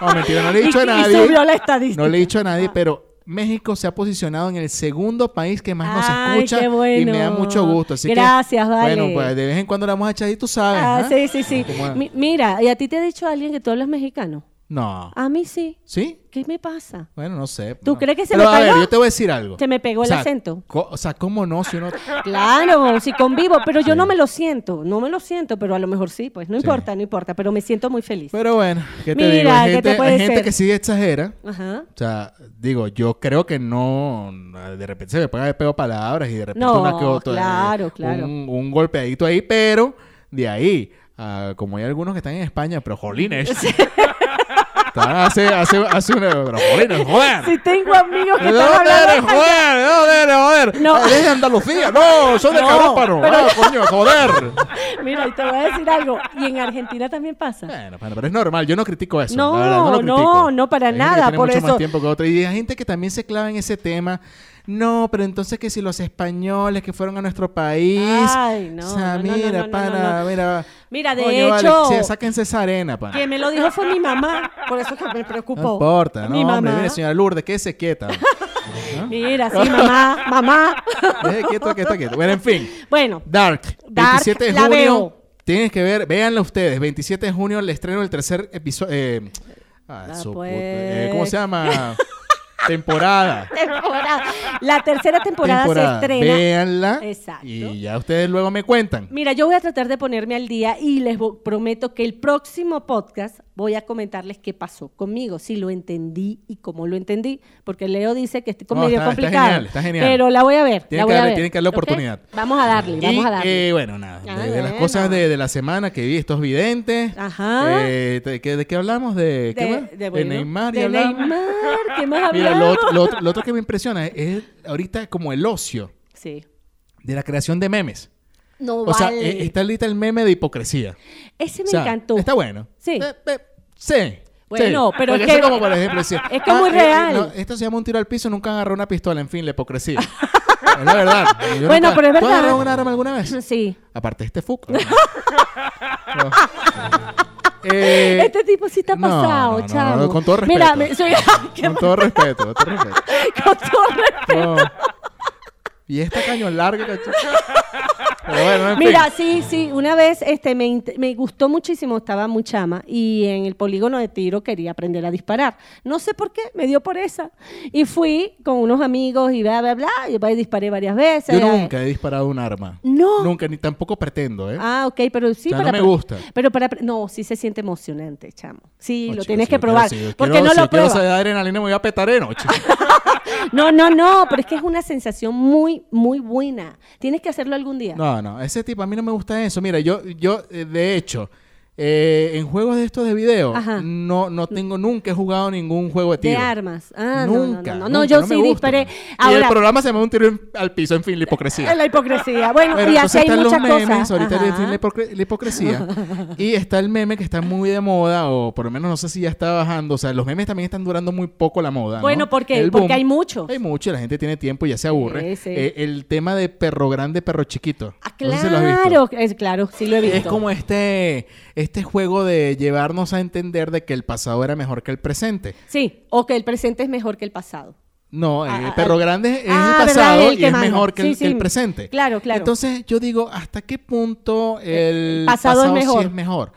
Speaker 1: No, mentira, no le he
Speaker 2: Y-
Speaker 1: dicho a
Speaker 2: y
Speaker 1: nadie.
Speaker 2: subió la estadística. Ah.
Speaker 1: No le he dicho a nadie, pero México se ha posicionado en el segundo país que más nos
Speaker 2: Ay,
Speaker 1: escucha
Speaker 2: qué
Speaker 1: y
Speaker 2: bueno.
Speaker 1: me da mucho gusto. Así que,
Speaker 2: Gracias, vale.
Speaker 1: Bueno, pues de vez en cuando la vamos a echar y tú sabes.
Speaker 2: Ah,
Speaker 1: ¿ah?
Speaker 2: sí, sí, sí.
Speaker 1: ¿Cómo es?
Speaker 2: Mi- mira, ¿y a ti te ha dicho alguien que tú hablas mexicano?
Speaker 1: No.
Speaker 2: A mí sí.
Speaker 1: ¿Sí.
Speaker 2: ¿Qué me pasa?
Speaker 1: Bueno, no sé.
Speaker 2: Ah. ¿Tú
Speaker 1: no.
Speaker 2: crees que se
Speaker 1: Pero,
Speaker 2: me
Speaker 1: A ver,
Speaker 2: pegó?
Speaker 1: yo te voy a decir algo.
Speaker 2: Se me pegó el
Speaker 1: O sea,
Speaker 2: acento.
Speaker 1: co- o sea, ¿cómo no? Si uno...
Speaker 2: Claro, sí convivo, pero yo
Speaker 1: Sí.
Speaker 2: no me lo siento, no me lo siento, pero a lo mejor sí, pues no
Speaker 1: Sí.
Speaker 2: importa, no importa, pero me siento muy feliz.
Speaker 1: Pero bueno, ¿qué te
Speaker 2: Mira,
Speaker 1: digo? Hay
Speaker 2: ¿qué
Speaker 1: gente,
Speaker 2: te puede
Speaker 1: hay gente
Speaker 2: ser?
Speaker 1: que sí exagera.
Speaker 2: Ajá.
Speaker 1: O sea, digo, yo creo que no, de repente se me pueden haber pegado palabras y de repente
Speaker 2: No,
Speaker 1: una que otra.
Speaker 2: claro,
Speaker 1: eh,
Speaker 2: claro.
Speaker 1: Un, un golpeadito ahí, pero de ahí, a- como hay algunos que están en España, pero jolines. Están hace, hace, hace una, pero jolines, joder.
Speaker 2: Si tengo amigos que
Speaker 1: ¿De
Speaker 2: están
Speaker 1: dónde eres,
Speaker 2: hablando...
Speaker 1: joder? ¿De dónde eres, joder?
Speaker 2: No.
Speaker 1: Ah, eres de Andalucía? No, soy de
Speaker 2: No,
Speaker 1: Caróparo.
Speaker 2: pero-
Speaker 1: Ah, coño, joder.
Speaker 2: Mira, y te voy a decir algo, y en Argentina también pasa.
Speaker 1: Bueno, bueno, pero es normal, yo no critico eso.
Speaker 2: No,
Speaker 1: la verdad, no, lo
Speaker 2: no,
Speaker 1: critico.
Speaker 2: no, para
Speaker 1: Hay gente que
Speaker 2: nada,
Speaker 1: tiene
Speaker 2: por
Speaker 1: mucho
Speaker 2: eso-
Speaker 1: Más tiempo que otra. Y hay gente que también se clava en ese tema. No, pero entonces que si los españoles que fueron a nuestro país.
Speaker 2: Ay, no,
Speaker 1: O sea,
Speaker 2: no, no, no,
Speaker 1: mira,
Speaker 2: no, no,
Speaker 1: pana,
Speaker 2: no, no.
Speaker 1: mira.
Speaker 2: Mira, de
Speaker 1: Coño, vale,
Speaker 2: hecho-
Speaker 1: sí, sáquense esa arena, pana.
Speaker 2: Quien me lo dijo fue mi mamá, por eso que me preocupó.
Speaker 1: No importa, no,
Speaker 2: Mi
Speaker 1: hombre,
Speaker 2: mamá.
Speaker 1: mire, señora Lourdes, quédese quieta.
Speaker 2: Mira, sí, mamá, mamá.
Speaker 1: Quédese quieta, quieta, quieta. Bueno, en fin.
Speaker 2: Bueno,
Speaker 1: Dark,
Speaker 2: Dark,
Speaker 1: 27 de
Speaker 2: la
Speaker 1: junio.
Speaker 2: veo.
Speaker 1: Tienes que ver, véanlo ustedes. 27 de junio el estreno del tercer episodio. eh, ah,
Speaker 2: Ah,
Speaker 1: su
Speaker 2: pues.
Speaker 1: puta- eh, ¿Cómo se llama? Temporada.
Speaker 2: temporada. La tercera temporada, se estrena.
Speaker 1: Véanla.
Speaker 2: Exacto.
Speaker 1: Y ya ustedes luego me cuentan.
Speaker 2: Mira, yo voy a tratar de ponerme al día y les vo- prometo que el próximo podcast voy a comentarles qué pasó conmigo, si lo entendí y cómo lo entendí, porque Leo dice que estoy como
Speaker 1: No,
Speaker 2: medio
Speaker 1: está- está
Speaker 2: complicado.
Speaker 1: genial, está genial.
Speaker 2: Pero la voy a ver,
Speaker 1: Tienen
Speaker 2: la
Speaker 1: que
Speaker 2: voy
Speaker 1: darle-
Speaker 2: a ver.
Speaker 1: tienen que darle
Speaker 2: ¿ok?
Speaker 1: oportunidad.
Speaker 2: Vamos a darle, vamos
Speaker 1: y,
Speaker 2: a darle.
Speaker 1: eh, bueno, nada.
Speaker 2: Ah,
Speaker 1: de, de las
Speaker 2: bueno.
Speaker 1: cosas de, de la semana que vi, estos videntes.
Speaker 2: Ajá.
Speaker 1: Eh, ¿de, qué, de qué hablamos? ¿De, qué más?
Speaker 2: bueno,
Speaker 1: Neymar. y
Speaker 2: de
Speaker 1: hablamos.
Speaker 2: Neymar, ¿qué más hablamos?
Speaker 1: Mira, lo, otro- lo otro- lo otro que me impresiona es, es ahorita como el ocio
Speaker 2: Sí.
Speaker 1: de la creación de memes.
Speaker 2: No
Speaker 1: O sea,
Speaker 2: Oh, vale.
Speaker 1: eh, está ahorita el meme de hipocresía.
Speaker 2: Ese
Speaker 1: O
Speaker 2: me
Speaker 1: sea,
Speaker 2: encantó.
Speaker 1: Está bueno.
Speaker 2: Sí.
Speaker 1: Eh, eh, sí.
Speaker 2: Bueno,
Speaker 1: sí.
Speaker 2: pero
Speaker 1: Porque
Speaker 2: es
Speaker 1: eso
Speaker 2: que-
Speaker 1: como por ejemplo, sí.
Speaker 2: es que es muy
Speaker 1: eh,
Speaker 2: real.
Speaker 1: no, esto se llama un tiro al piso, nunca agarró una pistola, en fin, la hipocresía. es la verdad. Yo
Speaker 2: Bueno,
Speaker 1: nunca-
Speaker 2: pero es
Speaker 1: ¿Tú has
Speaker 2: verdad.
Speaker 1: agarrado un arma alguna vez?
Speaker 2: Sí.
Speaker 1: Aparte de este fuck. No. No. Eh,
Speaker 2: este tipo sí está
Speaker 1: no,
Speaker 2: pasado,
Speaker 1: no, no,
Speaker 2: chavo.
Speaker 1: no, con todo respeto.
Speaker 2: Mira, me- soy- qué
Speaker 1: Con todo respeto, con todo respeto.
Speaker 2: con todo respeto.
Speaker 1: No. Y esta caño larga. cacho. Pero bueno, en
Speaker 2: Mira,
Speaker 1: fin.
Speaker 2: sí, sí, una vez este, me, int- me gustó muchísimo, estaba muy chama y en el polígono de tiro quería aprender a disparar. No sé por qué, me dio por esa. Y fui con unos amigos y bla, bla, bla, y va, y disparé varias veces.
Speaker 1: Yo nunca ¿eh? he disparado un arma.
Speaker 2: No.
Speaker 1: Nunca, ni tampoco pretendo, ¿eh?
Speaker 2: Ah, ok, pero sí
Speaker 1: O sea, no me
Speaker 2: apre-
Speaker 1: gusta.
Speaker 2: Pero para apre- no, sí se siente emocionante, chamo. Sí,
Speaker 1: No,
Speaker 2: lo
Speaker 1: chico,
Speaker 2: tienes
Speaker 1: si
Speaker 2: que
Speaker 1: yo quiero-
Speaker 2: probar,
Speaker 1: si yo
Speaker 2: porque
Speaker 1: quiero-
Speaker 2: no
Speaker 1: si
Speaker 2: lo
Speaker 1: yo quiero
Speaker 2: pruebas.
Speaker 1: saber de adrenalina me voy a petar, ¿eh? No, chico.
Speaker 2: No, no, no, pero es que es una sensación muy, muy buena. Tienes que hacerlo algún día.
Speaker 1: No, no, ese tipo, a mí no me gusta eso. Mira, yo, yo eh, de hecho, Eh, en juegos de estos de video,
Speaker 2: Ajá.
Speaker 1: no, no tengo nunca he jugado ningún juego de
Speaker 2: De
Speaker 1: tiro.
Speaker 2: armas. Ah, no,
Speaker 1: nunca,
Speaker 2: no, no, no. No,
Speaker 1: nunca,
Speaker 2: yo
Speaker 1: me
Speaker 2: sí
Speaker 1: gusta.
Speaker 2: disparé.
Speaker 1: Y el
Speaker 2: Ahora,
Speaker 1: programa se llama Un tiro en- al piso, en fin, la hipocresía.
Speaker 2: es la hipocresía. Bueno,
Speaker 1: Bueno,
Speaker 2: y
Speaker 1: entonces
Speaker 2: aquí hay
Speaker 1: están
Speaker 2: muchas
Speaker 1: los memes,
Speaker 2: cosas.
Speaker 1: ahorita
Speaker 2: Ajá.
Speaker 1: la, hipocre- la hipocresía. y está el meme que está muy de moda, o por lo menos no sé si ya está bajando. O sea, los memes también están durando muy poco la moda. ¿no?
Speaker 2: Bueno, ¿por qué?
Speaker 1: El
Speaker 2: Porque
Speaker 1: boom.
Speaker 2: hay muchos.
Speaker 1: Hay mucho, y la gente tiene tiempo y ya se aburre.
Speaker 2: Sí, sí.
Speaker 1: Eh, el tema de perro grande, perro chiquito.
Speaker 2: Ah,
Speaker 1: No sé si lo has visto.
Speaker 2: claro, es, claro, sí lo he visto.
Speaker 1: Es como este, este juego de llevarnos a entender de que el pasado era mejor que el presente.
Speaker 2: Sí, o que el presente es mejor que el pasado.
Speaker 1: No, eh,
Speaker 2: Ah, ah,
Speaker 1: perro
Speaker 2: ah.
Speaker 1: grande es
Speaker 2: Ah,
Speaker 1: el
Speaker 2: ¿verdad?
Speaker 1: pasado
Speaker 2: El
Speaker 1: y
Speaker 2: que
Speaker 1: es
Speaker 2: manda.
Speaker 1: mejor que, el,
Speaker 2: Sí,
Speaker 1: que el
Speaker 2: sí.
Speaker 1: presente.
Speaker 2: Claro, claro. Eh,
Speaker 1: Entonces yo digo, ¿hasta qué punto el,
Speaker 2: pasado
Speaker 1: pasado,
Speaker 2: es
Speaker 1: sí
Speaker 2: mejor?
Speaker 1: es mejor?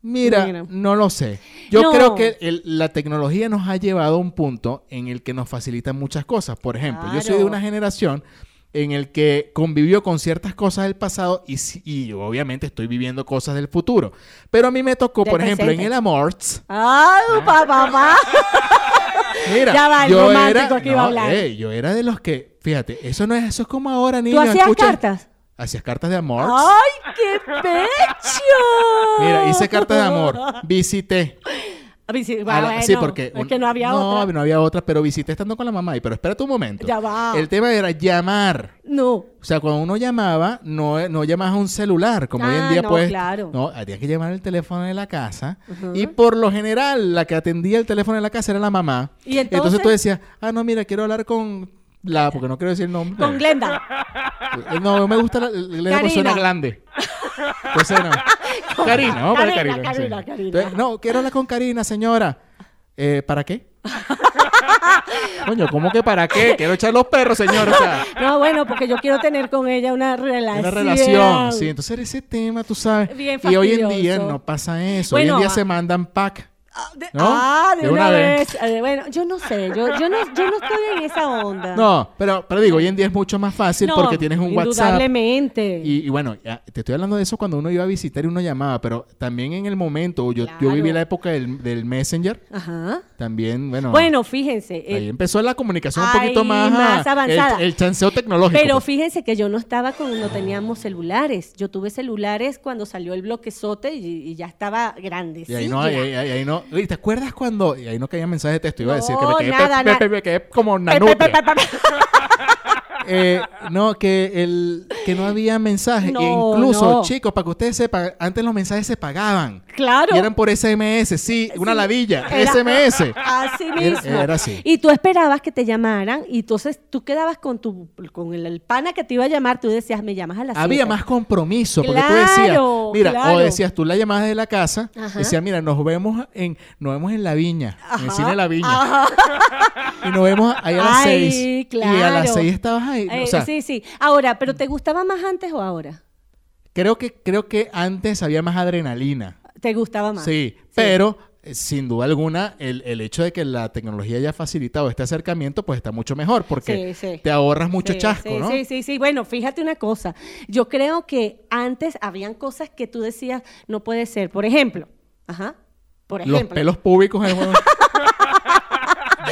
Speaker 1: Mira,
Speaker 2: Mira.
Speaker 1: no lo sé. Yo
Speaker 2: No.
Speaker 1: creo que el- la tecnología nos ha llevado a un punto en el que nos facilita muchas cosas. Por ejemplo, yo soy de
Speaker 2: Claro.
Speaker 1: una generación en el que convivió con ciertas cosas del pasado y, sí- y obviamente estoy viviendo cosas del futuro. Pero a mí me tocó,
Speaker 2: Del
Speaker 1: por ejemplo, en
Speaker 2: presente.
Speaker 1: el amor.
Speaker 2: ¡Ay,
Speaker 1: Ah.
Speaker 2: papá!
Speaker 1: Mira,
Speaker 2: Ya va, el
Speaker 1: yo
Speaker 2: romántico
Speaker 1: era,
Speaker 2: aquí va a
Speaker 1: no,
Speaker 2: hablar.
Speaker 1: eh, yo era de los que, fíjate, eso no es, eso es como ahora, niño.
Speaker 2: ¿Tú hacías
Speaker 1: escucha.
Speaker 2: cartas? Ah.
Speaker 1: Hacías cartas de amor.
Speaker 2: ¡Ay, qué pecho!
Speaker 1: Mira, hice cartas de amor. Visité.
Speaker 2: A mí sí,
Speaker 1: a la-
Speaker 2: bueno,
Speaker 1: sí, porque
Speaker 2: Es
Speaker 1: un-
Speaker 2: que no había
Speaker 1: no,
Speaker 2: otra.
Speaker 1: no había otra, pero visité estando con la mamá. Y, pero espérate un momento.
Speaker 2: Ya va.
Speaker 1: El tema era llamar.
Speaker 2: No.
Speaker 1: O sea, cuando uno llamaba, no, no llamabas a un celular, como hoy en
Speaker 2: Ah,
Speaker 1: día
Speaker 2: no,
Speaker 1: pues.
Speaker 2: claro.
Speaker 1: No, tenías que llamar el teléfono de la casa. Y por lo general, la que atendía el teléfono de la casa era la mamá.
Speaker 2: ¿Y entonces?
Speaker 1: tú decías, ah, no, mira, quiero hablar con la, porque no quiero decir el nombre.
Speaker 2: Con Glenda.
Speaker 1: Eh, No, me gusta la, la- la-
Speaker 2: Karina.
Speaker 1: porque suena grande. Entonces, no. Karina, vamos a poner
Speaker 2: Karina,
Speaker 1: Karina.
Speaker 2: Karina,
Speaker 1: sí.
Speaker 2: Karina.
Speaker 1: Entonces, no, quiero hablar con Karina, señora. Eh, ¿Para qué? Coño, ¿cómo que para qué? Quiero echar los perros, señora. o sea.
Speaker 2: No, bueno, porque yo quiero tener con ella una relación.
Speaker 1: Una relación, sí. Entonces era ese tema, tú sabes.
Speaker 2: Bien
Speaker 1: y hoy en día
Speaker 2: fastidioso.
Speaker 1: no pasa eso. hoy
Speaker 2: Bueno,
Speaker 1: en día
Speaker 2: ah-
Speaker 1: se mandan pack.
Speaker 2: Ah, de,
Speaker 1: ¿No?
Speaker 2: ah, de
Speaker 1: De
Speaker 2: una,
Speaker 1: una
Speaker 2: vez.
Speaker 1: vez.
Speaker 2: Eh, bueno, yo no sé. Yo, yo, no, yo no estoy en esa onda.
Speaker 1: No, pero, pero digo, hoy en día es mucho más fácil
Speaker 2: ah. No,
Speaker 1: porque tienes un WhatsApp.
Speaker 2: Indudablemente.
Speaker 1: Y, y bueno, ya, te estoy hablando de eso cuando uno iba a visitar y uno llamaba, pero también en el momento, yo, yo viví
Speaker 2: Claro.
Speaker 1: la época del, del Messenger,
Speaker 2: Ajá.
Speaker 1: también, bueno,
Speaker 2: Bueno, fíjense. eh,
Speaker 1: ahí empezó la comunicación un
Speaker 2: ahí
Speaker 1: poquito más, ah,
Speaker 2: más
Speaker 1: el-
Speaker 2: avanzada.
Speaker 1: El, chanceo tecnológico.
Speaker 2: Pero
Speaker 1: pues.
Speaker 2: fíjense que yo no estaba cuando no teníamos celulares. Yo tuve celulares cuando salió el bloquezote y, y ya estaba grande.
Speaker 1: y ahí no, ahí, ahí- ahí- ahí no. Oye, ¿Te acuerdas cuando? Y ahí no caía mensaje de texto. Iba a decir que me
Speaker 2: No,
Speaker 1: quedé, pe-
Speaker 2: nada,
Speaker 1: pe-
Speaker 2: na-
Speaker 1: pe- me quedé como nanutria. Eh, no, que el que no había mensaje.
Speaker 2: No,
Speaker 1: E incluso,
Speaker 2: no.
Speaker 1: chicos, para que ustedes sepan, antes los mensajes se pagaban.
Speaker 2: Claro.
Speaker 1: Y eran por SMS, sí, una ladilla,
Speaker 2: Era- Ah,
Speaker 1: SMS.
Speaker 2: Así
Speaker 1: Era-
Speaker 2: mismo.
Speaker 1: era así.
Speaker 2: Y tú esperabas que te llamaran y entonces tú quedabas con tu con el, el pana que te iba a llamar, tú decías, "Me llamas a las
Speaker 1: Había
Speaker 2: siete".
Speaker 1: más compromiso, porque tú
Speaker 2: Claro,
Speaker 1: decías, mira,
Speaker 2: claro.
Speaker 1: o decías, tú la llamabas de la casa,
Speaker 2: Ajá.
Speaker 1: decías, mira, nos vemos en, nos vemos en la viña, en el cine de la viña,
Speaker 2: Ajá.
Speaker 1: y nos vemos ahí a las
Speaker 2: Ah. Ay,
Speaker 1: seis. Y a las
Speaker 2: claro.
Speaker 1: seis estabas ahí.
Speaker 2: Eh,
Speaker 1: o sea,
Speaker 2: sí, sí. Ahora, pero ¿te gustaba más antes o ahora?
Speaker 1: creo que, creo que antes había más adrenalina.
Speaker 2: ¿Te gustaba más?
Speaker 1: Sí, pero eh, sin duda alguna el, el hecho de que la tecnología haya facilitado este acercamiento pues está mucho mejor porque
Speaker 2: Sí, sí.
Speaker 1: te ahorras mucho
Speaker 2: Sí,
Speaker 1: chasco,
Speaker 2: sí,
Speaker 1: ¿no?
Speaker 2: Sí, sí, sí. Bueno, fíjate una cosa. Yo creo que antes habían cosas que tú decías, no puede ser. Por ejemplo, ajá. Por
Speaker 1: Los
Speaker 2: ejemplo.
Speaker 1: pelos públicos en juego.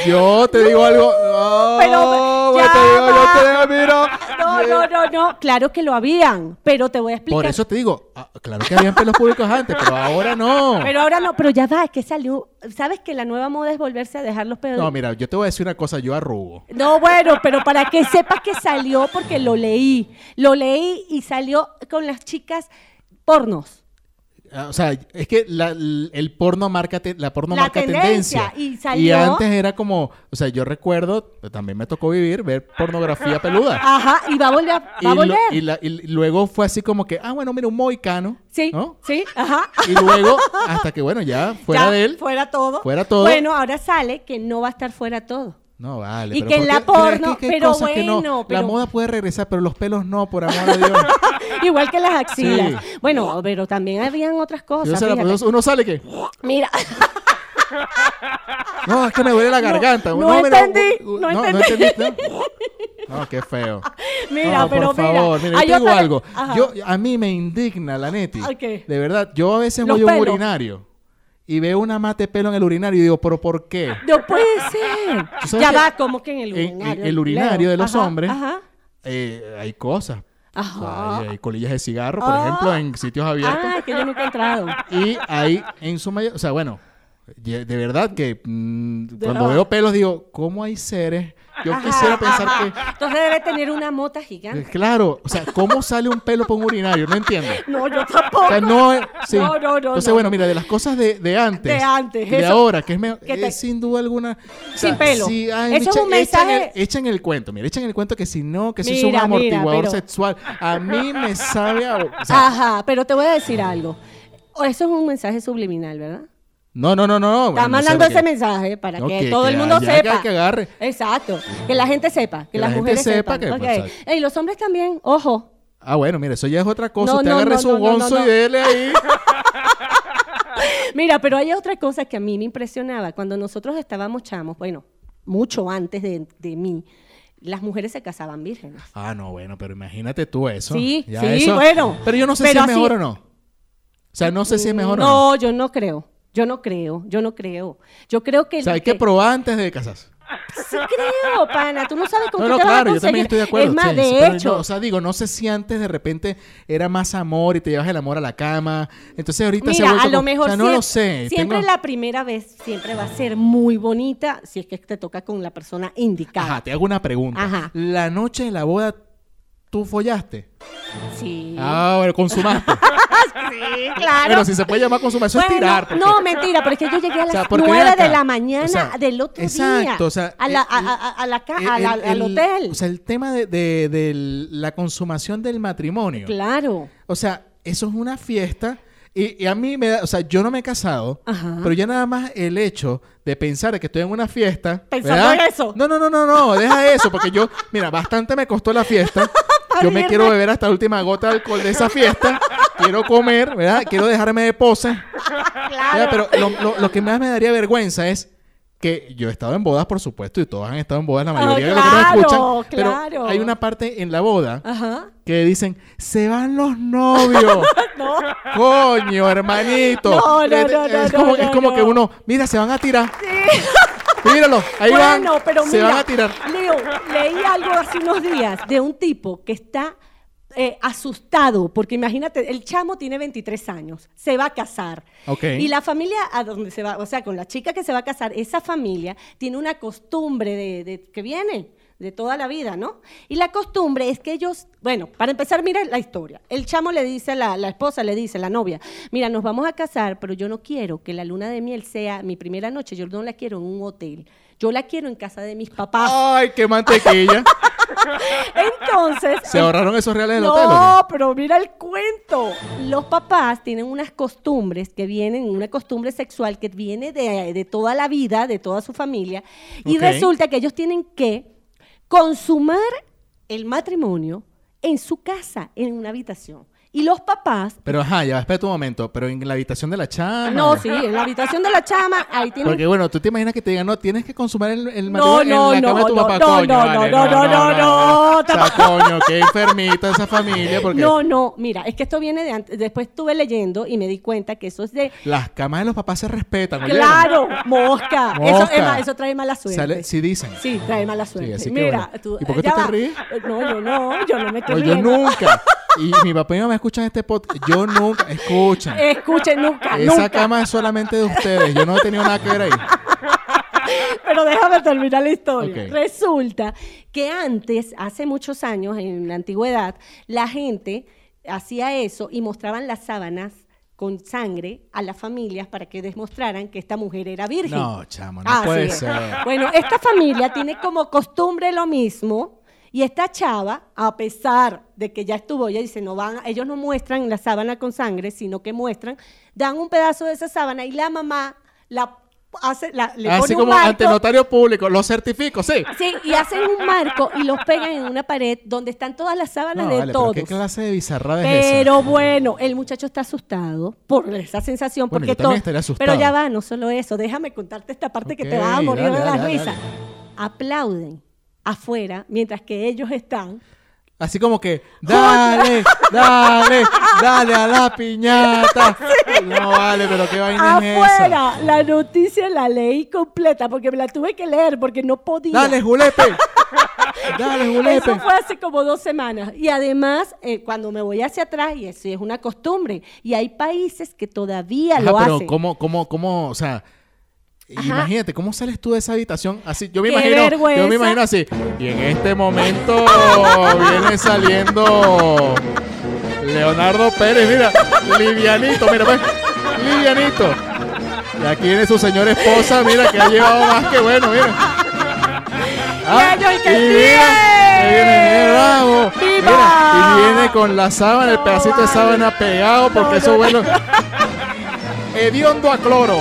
Speaker 1: Yo te digo algo. No,
Speaker 2: pero-
Speaker 1: yo
Speaker 2: ya
Speaker 1: te digo, yo
Speaker 2: va.
Speaker 1: te digo, mira.
Speaker 2: No, no, no, no. Claro que lo habían, pero te voy a explicar.
Speaker 1: Por eso te digo, ah, claro que habían pelos públicos antes, pero ahora no.
Speaker 2: Pero ahora no, pero ya va, es que salió. ¿Sabes que la nueva moda es volverse a dejar los pelos?
Speaker 1: No, mira, yo te voy a decir una cosa, yo arrugo.
Speaker 2: No, bueno, pero para que sepas que salió, porque lo leí. Lo leí y salió con las chicas pornos.
Speaker 1: Ah, O sea, es que la- l- el porno marca te- la porno
Speaker 2: La
Speaker 1: marca
Speaker 2: tendencia,
Speaker 1: tendencia.
Speaker 2: y salió-
Speaker 1: antes era como, o sea, yo recuerdo, pues, también me tocó vivir ver pornografía peluda.
Speaker 2: Ajá, y va a volver. a-
Speaker 1: y,
Speaker 2: Ah, Va a
Speaker 1: lo-
Speaker 2: volver.
Speaker 1: y la- y luego fue así como que, ah, bueno, mira un moicano,
Speaker 2: Sí,
Speaker 1: ¿no?
Speaker 2: sí, ajá.
Speaker 1: Y luego hasta que bueno, ya fuera
Speaker 2: Ya,
Speaker 1: de él.
Speaker 2: Fuera todo.
Speaker 1: Fuera todo.
Speaker 2: Bueno, ahora sale que no va a estar fuera todo.
Speaker 1: No vale,
Speaker 2: Y
Speaker 1: pero
Speaker 2: que
Speaker 1: ¿por
Speaker 2: en la
Speaker 1: qué? Mira, es
Speaker 2: porno,
Speaker 1: que- que hay
Speaker 2: pero
Speaker 1: cosas que no.
Speaker 2: bueno, pero-
Speaker 1: La moda puede regresar, pero los pelos no, por amor a Dios.
Speaker 2: Igual que las axilas.
Speaker 1: Sí.
Speaker 2: Bueno, pero también habían otras
Speaker 1: Yo
Speaker 2: cosas.
Speaker 1: se la-
Speaker 2: fíjate.
Speaker 1: uno sale que,
Speaker 2: Mira,
Speaker 1: no, es que me duele la garganta.
Speaker 2: no
Speaker 1: mira,
Speaker 2: entendí,
Speaker 1: u- u-
Speaker 2: no
Speaker 1: no
Speaker 2: entendí.
Speaker 1: entendiste. No, qué feo.
Speaker 2: mira,
Speaker 1: No,
Speaker 2: pero
Speaker 1: Ah, por favor, mira,
Speaker 2: mira.
Speaker 1: yo
Speaker 2: Hay
Speaker 1: te digo
Speaker 2: otra-
Speaker 1: algo.
Speaker 2: Ajá.
Speaker 1: Yo, a mí me indigna la neti.
Speaker 2: Ah, ¿qué?
Speaker 1: De verdad, yo a veces
Speaker 2: Los
Speaker 1: voy a un
Speaker 2: pelos.
Speaker 1: urinario y veo una mate de pelo en el urinario y digo, ¿pero por qué?
Speaker 2: No puede ser.
Speaker 1: ¿Tú sabes
Speaker 2: Ya
Speaker 1: que
Speaker 2: va, como que en el
Speaker 1: en- en
Speaker 2: urinario.
Speaker 1: el urinario de los
Speaker 2: Ajá,
Speaker 1: hombres,
Speaker 2: Ajá.
Speaker 1: Eh, hay cosas. O sea,
Speaker 2: Ajá.
Speaker 1: hay, hay colillas de cigarro, por ejemplo, en sitios abiertos.
Speaker 2: Ah, que yo nunca he entrado.
Speaker 1: Y ahí, en su mayoría, o sea, bueno, ye- de verdad que mm,
Speaker 2: De
Speaker 1: cuando
Speaker 2: verdad.
Speaker 1: veo pelos digo, ¿cómo hay seres? Yo quisiera pensar que,
Speaker 2: Entonces debe tener una mota
Speaker 1: eh,
Speaker 2: gigante.
Speaker 1: claro, o sea, ¿cómo sale un pelo por un urinario? No entiendo.
Speaker 2: No, yo
Speaker 1: O
Speaker 2: tampoco.
Speaker 1: sea, no, eh, sí.
Speaker 2: No, no, no,
Speaker 1: Entonces,
Speaker 2: no,
Speaker 1: bueno,
Speaker 2: no.
Speaker 1: mira, de las cosas de, de antes.
Speaker 2: De antes,
Speaker 1: y De
Speaker 2: eso-
Speaker 1: ahora, que es mejor.
Speaker 2: que te-
Speaker 1: es sin duda alguna. o sea,
Speaker 2: Sin pelo.
Speaker 1: sí, ay,
Speaker 2: Eso es
Speaker 1: echa-
Speaker 2: un
Speaker 1: echan el-
Speaker 2: mensaje-
Speaker 1: Echen el cuento, mira, echen el cuento que si no, que si es un
Speaker 2: Mira, mira,
Speaker 1: amortiguador
Speaker 2: pero- Ah.
Speaker 1: sexual. A mí me sabe a. o sea,
Speaker 2: Ajá, pero te voy a decir algo. Eso es un mensaje subliminal, ¿verdad?
Speaker 1: no, no, no, no. no, bueno,
Speaker 2: Está
Speaker 1: no sé,
Speaker 2: mandando ese
Speaker 1: porque-
Speaker 2: mensaje para
Speaker 1: No,
Speaker 2: que,
Speaker 1: que-
Speaker 2: todo
Speaker 1: que
Speaker 2: el mundo
Speaker 1: haya que-
Speaker 2: sepa.
Speaker 1: que agarre.
Speaker 2: Exacto. Que la gente sepa. Que,
Speaker 1: Que
Speaker 2: las
Speaker 1: la gente
Speaker 2: mujeres
Speaker 1: sepa
Speaker 2: sepan.
Speaker 1: que,
Speaker 2: Ok.
Speaker 1: pues, exacto.
Speaker 2: Y los hombres también, ojo.
Speaker 1: Ah, bueno, mira, eso ya es otra cosa.
Speaker 2: No,
Speaker 1: Usted
Speaker 2: no,
Speaker 1: agarre
Speaker 2: no,
Speaker 1: su
Speaker 2: no, no,
Speaker 1: gonzo
Speaker 2: no,
Speaker 1: y dele ahí.
Speaker 2: Mira, pero hay otra cosa que a mí me impresionaba. Cuando nosotros estábamos chamos, bueno, mucho antes de, de mí, las mujeres se casaban vírgenes.
Speaker 1: Ah, no, bueno, pero imagínate tú eso.
Speaker 2: Sí,
Speaker 1: Ya
Speaker 2: sí,
Speaker 1: eso-
Speaker 2: bueno,
Speaker 1: Pero yo no sé si
Speaker 2: pero
Speaker 1: es
Speaker 2: así-
Speaker 1: mejor o no. O sea, no sé si es mejor o no.
Speaker 2: No, yo no creo. Yo no creo, yo no creo. Yo creo que...
Speaker 1: O sea, hay que probar antes de casarse.
Speaker 2: Sí creo, pana. Tú no sabes con
Speaker 1: No,
Speaker 2: qué
Speaker 1: no,
Speaker 2: te vas a
Speaker 1: claro, yo también
Speaker 2: conseguir.
Speaker 1: estoy de acuerdo.
Speaker 2: Es más,
Speaker 1: sí,
Speaker 2: de
Speaker 1: sí, pero
Speaker 2: hecho...
Speaker 1: no, o sea, digo, no sé si antes de repente era más amor y te llevas el amor a la cama. Entonces ahorita se
Speaker 2: Mira,
Speaker 1: vuelve
Speaker 2: a lo
Speaker 1: como-
Speaker 2: mejor
Speaker 1: O sea, no
Speaker 2: siempre,
Speaker 1: lo sé.
Speaker 2: siempre
Speaker 1: tengo-
Speaker 2: la primera vez siempre va a ser muy bonita si es que te toca con la persona indicada.
Speaker 1: Ajá, te hago una pregunta.
Speaker 2: Ajá.
Speaker 1: La noche de la boda, ¿tú follaste?
Speaker 2: Sí.
Speaker 1: Ah, bueno, consumaste.
Speaker 2: sí, claro.
Speaker 1: Bueno, si se puede llamar consumación, es
Speaker 2: Bueno,
Speaker 1: tirar. porque-
Speaker 2: No, mentira, porque yo llegué a
Speaker 1: O
Speaker 2: las
Speaker 1: sea, porque ven
Speaker 2: nueve
Speaker 1: acá.
Speaker 2: de la mañana
Speaker 1: O sea,
Speaker 2: del otro día.
Speaker 1: exacto, o sea,
Speaker 2: a la, a,
Speaker 1: el-
Speaker 2: a- a la ca-
Speaker 1: El-
Speaker 2: a la-
Speaker 1: el-
Speaker 2: al
Speaker 1: el-
Speaker 2: hotel.
Speaker 1: O sea, el tema de, de- de la consumación del matrimonio.
Speaker 2: claro.
Speaker 1: O sea, eso es una fiesta. Y, y a mí me da, o sea, yo no me he casado,
Speaker 2: Ajá.
Speaker 1: pero ya nada más el hecho de pensar que estoy en una fiesta.
Speaker 2: Pensando
Speaker 1: ¿verdad?
Speaker 2: en eso.
Speaker 1: No, no, no, no, no, deja eso, porque yo, mira, bastante me costó la fiesta. yo me
Speaker 2: mierda.
Speaker 1: quiero beber hasta la última gota de alcohol de esa fiesta. quiero comer, ¿verdad? Quiero dejarme de pose. Ya, pero lo, lo- lo que más me daría vergüenza es que yo he estado en bodas, por supuesto, y todos han estado en bodas, la mayoría de los que
Speaker 2: claro,
Speaker 1: nos escuchan. Pero
Speaker 2: claro.
Speaker 1: hay una parte en la boda
Speaker 2: Ajá.
Speaker 1: que dicen, se van los novios.
Speaker 2: No.
Speaker 1: Coño, hermanito.
Speaker 2: No, no,
Speaker 1: Eh,
Speaker 2: no, no,
Speaker 1: es
Speaker 2: no,
Speaker 1: como,
Speaker 2: no,
Speaker 1: es como
Speaker 2: no.
Speaker 1: que uno, mira, se van a tirar. Míralo, ahí
Speaker 2: bueno,
Speaker 1: van.
Speaker 2: pero
Speaker 1: se
Speaker 2: mira,
Speaker 1: van a tirar.
Speaker 2: Leo, leí algo hace unos días de un tipo que está eh, asustado, porque imagínate, el chamo tiene 23 años, se va a casar.
Speaker 1: Ok.
Speaker 2: Y la familia a donde se va, o sea, con la chica que se va a casar, esa familia tiene una costumbre de, de- que viene de toda la vida, ¿no? Y la costumbre es que ellos, bueno, para empezar, mira la historia. El chamo le dice a la, la esposa, le dice, la novia, mira, nos vamos a casar, pero yo no quiero que la luna de miel sea mi primera noche, yo no la quiero en un hotel, yo la quiero en casa de mis papás.
Speaker 1: Ay, qué mantequilla.
Speaker 2: Entonces,
Speaker 1: ¿Se ahorraron esos reales del
Speaker 2: no,
Speaker 1: hotel? o qué?
Speaker 2: pero mira el cuento. Los papás tienen unas costumbres que vienen, una costumbre sexual que viene de, de toda la vida, de toda su familia, y
Speaker 1: Ok.
Speaker 2: resulta que ellos tienen que consumar el matrimonio en su casa, en una habitación. Y los papás...
Speaker 1: Pero ajá, ya, espera un momento. Pero en la habitación de la chama.
Speaker 2: No, sí, en la habitación de la chama, ahí tienen
Speaker 1: Porque bueno, tú te imaginas que te digan, no, tienes que consumar el, el
Speaker 2: No,
Speaker 1: matrimonio
Speaker 2: no,
Speaker 1: en la cama de tu
Speaker 2: no,
Speaker 1: papá.
Speaker 2: no,
Speaker 1: coño,
Speaker 2: no,
Speaker 1: vale,
Speaker 2: no, no, no, no,
Speaker 1: O sea, coño, qué enfermita esa familia. Porque
Speaker 2: No, no, mira, es que esto viene de antes. Después estuve leyendo y me di cuenta que eso es de.
Speaker 1: las camas de los papás se respetan. ¿oyeron?
Speaker 2: Claro, mosca. Eso,
Speaker 1: Mosca.
Speaker 2: es ma- eso trae mala suerte.
Speaker 1: Sale- sí dicen.
Speaker 2: Sí, trae mala suerte.
Speaker 1: así que
Speaker 2: mira,
Speaker 1: bueno.
Speaker 2: tú,
Speaker 1: ¿Y por qué
Speaker 2: ya
Speaker 1: tú te
Speaker 2: va.
Speaker 1: ríes?
Speaker 2: No, yo no, yo no me estoy
Speaker 1: No, Pues yo
Speaker 2: riendo.
Speaker 1: nunca. Y mi papá y mamá escuchan este podcast. Yo nunca. Escuchan.
Speaker 2: Escuchen, nunca,
Speaker 1: Esa
Speaker 2: Eh, nunca.
Speaker 1: cama es solamente de ustedes. Yo no he tenido nada que ver ahí.
Speaker 2: Pero déjame terminar la historia.
Speaker 1: Ok.
Speaker 2: Resulta que antes, hace muchos años, en la antigüedad, la gente hacía eso y mostraban las sábanas con sangre a las familias para que demostraran que esta mujer era virgen.
Speaker 1: No, chamo, no
Speaker 2: Así
Speaker 1: puede
Speaker 2: es.
Speaker 1: ser.
Speaker 2: Bueno, esta familia tiene como costumbre lo mismo. Y esta chava, a pesar de que ya estuvo, ella dice, no van, ellos no muestran la sábana con sangre, sino que muestran, dan un pedazo de esa sábana y la mamá la hace, la, le
Speaker 1: Así
Speaker 2: pone un
Speaker 1: como
Speaker 2: marco.
Speaker 1: ante notario público. Lo certifico, sí.
Speaker 2: Sí, y hacen un marco y los pegan en una pared donde están todas las sábanas
Speaker 1: No,
Speaker 2: de
Speaker 1: vale, pero
Speaker 2: todos.
Speaker 1: ¿qué clase de bizarrada es esa?
Speaker 2: Pero bueno, el muchacho está asustado por esa sensación.
Speaker 1: Bueno,
Speaker 2: porque
Speaker 1: yo también
Speaker 2: todo-
Speaker 1: estaría asustado.
Speaker 2: Pero ya va, no solo eso. Déjame contarte esta parte que te
Speaker 1: Ok,
Speaker 2: vas a morir
Speaker 1: dale,
Speaker 2: de la
Speaker 1: dale,
Speaker 2: risa.
Speaker 1: dale.
Speaker 2: Aplauden afuera mientras que ellos están.
Speaker 1: Así como que, dale, dale, dale a la piñata. No vale, pero qué vaina
Speaker 2: afuera, la noticia la leí completa porque me la tuve que leer porque no
Speaker 1: es
Speaker 2: podía.
Speaker 1: esa. Dale, julepe. Dale,
Speaker 2: Eso
Speaker 1: Julepe.
Speaker 2: fue hace como dos semanas. Y además, eh, cuando me voy hacia atrás, y eso es una costumbre, y hay países que todavía
Speaker 1: Ajá,
Speaker 2: lo
Speaker 1: Ah, pero
Speaker 2: hacen.
Speaker 1: ¿cómo, cómo, cómo, o sea, imagínate, ¿cómo sales tú de esa habitación? Así, yo me
Speaker 2: Qué
Speaker 1: imagino, yo
Speaker 2: vergüenza.
Speaker 1: me imagino así. Y en este momento viene saliendo Leonardo Pérez, mira, livianito, mira, pues, livianito. Y aquí viene su señora esposa, mira, que ha llevado más que bueno, mira.
Speaker 2: Y ellos, ¿qué
Speaker 1: ahí viene,
Speaker 2: tiene?
Speaker 1: mira, bravo.
Speaker 2: ¡Viva!
Speaker 1: Mira, y viene con la sábana, el pedacito de sábana pegado, porque eso bueno. Hediondo a cloro.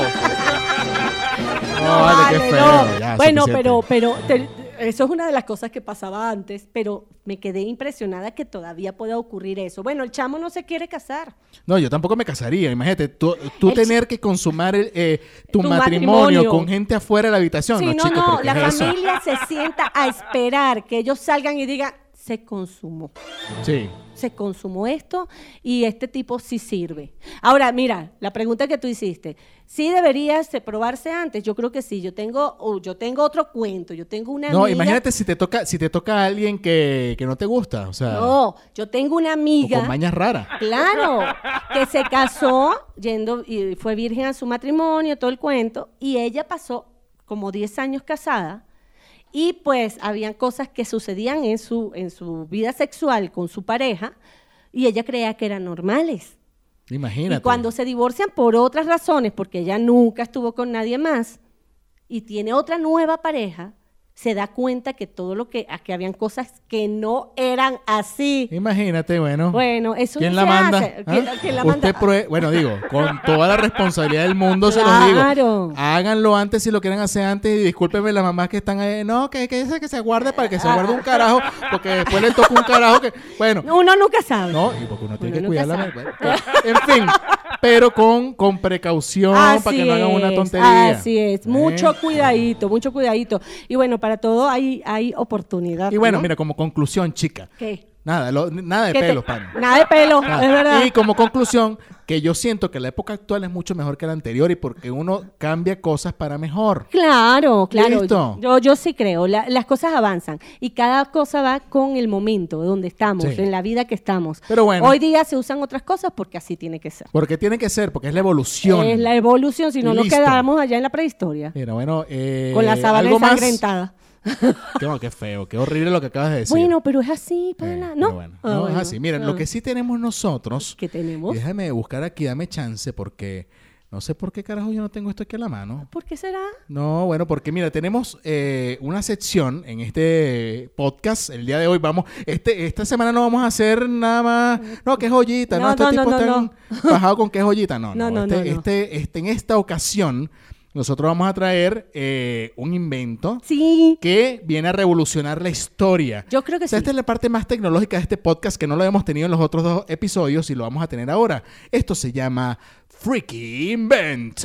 Speaker 1: No, vale, qué
Speaker 2: Vale,
Speaker 1: feo.
Speaker 2: no.
Speaker 1: ya,
Speaker 2: bueno,
Speaker 1: suficiente.
Speaker 2: pero, pero te- eso es una de las cosas que pasaba antes, pero me quedé impresionada que todavía pueda ocurrir eso. Bueno, el chamo no se quiere casar.
Speaker 1: No, yo tampoco me casaría. Imagínate, tú, tú
Speaker 2: El chi-
Speaker 1: tener que consumar el, eh, tu,
Speaker 2: Tu
Speaker 1: matrimonio,
Speaker 2: matrimonio.
Speaker 1: con gente afuera de la habitación.
Speaker 2: sí,
Speaker 1: no,
Speaker 2: no,
Speaker 1: chicos,
Speaker 2: no,
Speaker 1: ¿pero qué
Speaker 2: la
Speaker 1: es eso?
Speaker 2: familia se sienta a esperar que ellos salgan y digan, se consumó.
Speaker 1: Sí.
Speaker 2: se consumó esto y este tipo sí sirve. Ahora, mira, la pregunta que tú hiciste, ¿sí debería se- probarse antes? Yo creo que sí. Yo tengo, oh, yo tengo otro cuento, yo tengo una
Speaker 1: No,
Speaker 2: amiga.
Speaker 1: imagínate si te toca, si te toca a alguien que, que no te gusta. O sea,
Speaker 2: No, yo tengo una
Speaker 1: o
Speaker 2: amiga.
Speaker 1: con mañas raras.
Speaker 2: Claro, que se casó yendo y fue virgen a su matrimonio, todo el cuento, y ella pasó como 10 años casada y pues habían cosas que sucedían en su en su vida sexual con su pareja y ella creía que eran normales.
Speaker 1: Imagínate.
Speaker 2: Y cuando se divorcian por otras razones, porque ella nunca estuvo con nadie más y tiene otra nueva pareja, se da cuenta que todo lo que, a que habían cosas que no eran así.
Speaker 1: Imagínate, bueno.
Speaker 2: Bueno, eso
Speaker 1: ¿Quién
Speaker 2: no
Speaker 1: la
Speaker 2: se
Speaker 1: manda?
Speaker 2: hace. ¿Quién-
Speaker 1: ¿Ah?
Speaker 2: quién la
Speaker 1: Usted
Speaker 2: manda?
Speaker 1: prue- bueno, digo, con toda la responsabilidad del mundo se los digo.
Speaker 2: Claro.
Speaker 1: Háganlo antes si lo quieren hacer antes y discúlpenme las mamás que están ahí. No, que, que, se- que se guarde para que se guarde un carajo, porque después le toca un carajo que. Bueno,
Speaker 2: Uno nunca sabe.
Speaker 1: no, y porque uno tiene
Speaker 2: Uno
Speaker 1: que
Speaker 2: nunca
Speaker 1: cuidar la.
Speaker 2: sabe.
Speaker 1: bueno, pero- en fin, pero con, con precaución para que no hagan una
Speaker 2: es,
Speaker 1: tontería.
Speaker 2: Así es,
Speaker 1: ¿Eh?
Speaker 2: mucho cuidadito, mucho cuidadito. Y bueno, para todo hay, hay oportunidad.
Speaker 1: Y bueno,
Speaker 2: ¿no?
Speaker 1: mira, como conclusión, chica.
Speaker 2: ¿Qué?
Speaker 1: Nada, lo- nada de
Speaker 2: ¿Qué te-
Speaker 1: pelo, pana.
Speaker 2: Nada de pelo,
Speaker 1: Nada.
Speaker 2: es verdad.
Speaker 1: Ah, Y como conclusión, que yo siento que la época actual es mucho mejor que la anterior y porque uno cambia cosas para mejor.
Speaker 2: Claro, claro.
Speaker 1: Listo.
Speaker 2: Yo, yo sí creo, la- las cosas avanzan y cada cosa va con el momento donde estamos,
Speaker 1: Sí.
Speaker 2: en la vida que estamos.
Speaker 1: Pero bueno.
Speaker 2: Hoy día se usan otras cosas porque así tiene que ser.
Speaker 1: Porque tiene que ser, porque es la evolución.
Speaker 2: Es la evolución, si no nos
Speaker 1: Listo.
Speaker 2: quedamos allá en la prehistoria,
Speaker 1: Mira, bueno, eh,
Speaker 2: con la sábana
Speaker 1: ¿algo más?
Speaker 2: ensangrentada.
Speaker 1: Qué, qué feo, qué horrible lo que acabas de decir.
Speaker 2: Bueno, pero es así,
Speaker 1: Eh,
Speaker 2: pana.
Speaker 1: pero
Speaker 2: no,
Speaker 1: bueno,
Speaker 2: Ah,
Speaker 1: no,
Speaker 2: bueno.
Speaker 1: es así. Miren,
Speaker 2: Ah.
Speaker 1: lo que sí tenemos nosotros.
Speaker 2: ¿Qué tenemos?
Speaker 1: y Déjame buscar aquí, dame chance, porque no sé por qué carajo yo no tengo esto aquí a la mano.
Speaker 2: ¿Por qué será?
Speaker 1: No, bueno, porque mira, tenemos eh, una sección en este podcast. El día de hoy vamos, este, esta semana no vamos a hacer nada más. No, que joyita, no, Este
Speaker 2: No,
Speaker 1: estos
Speaker 2: no,
Speaker 1: tipos
Speaker 2: no,
Speaker 1: están
Speaker 2: no,
Speaker 1: bajados con que joyita. No, no,
Speaker 2: No, no,
Speaker 1: este,
Speaker 2: no, no.
Speaker 1: Este, este, en esta ocasión, nosotros vamos a traer eh, un invento
Speaker 2: Sí.
Speaker 1: que viene a revolucionar la historia.
Speaker 2: Yo creo que
Speaker 1: O sea,
Speaker 2: sí.
Speaker 1: Esta es la parte más tecnológica de este podcast que no lo hemos tenido en los otros dos episodios y lo vamos a tener ahora. Esto se llama Freaky Invent.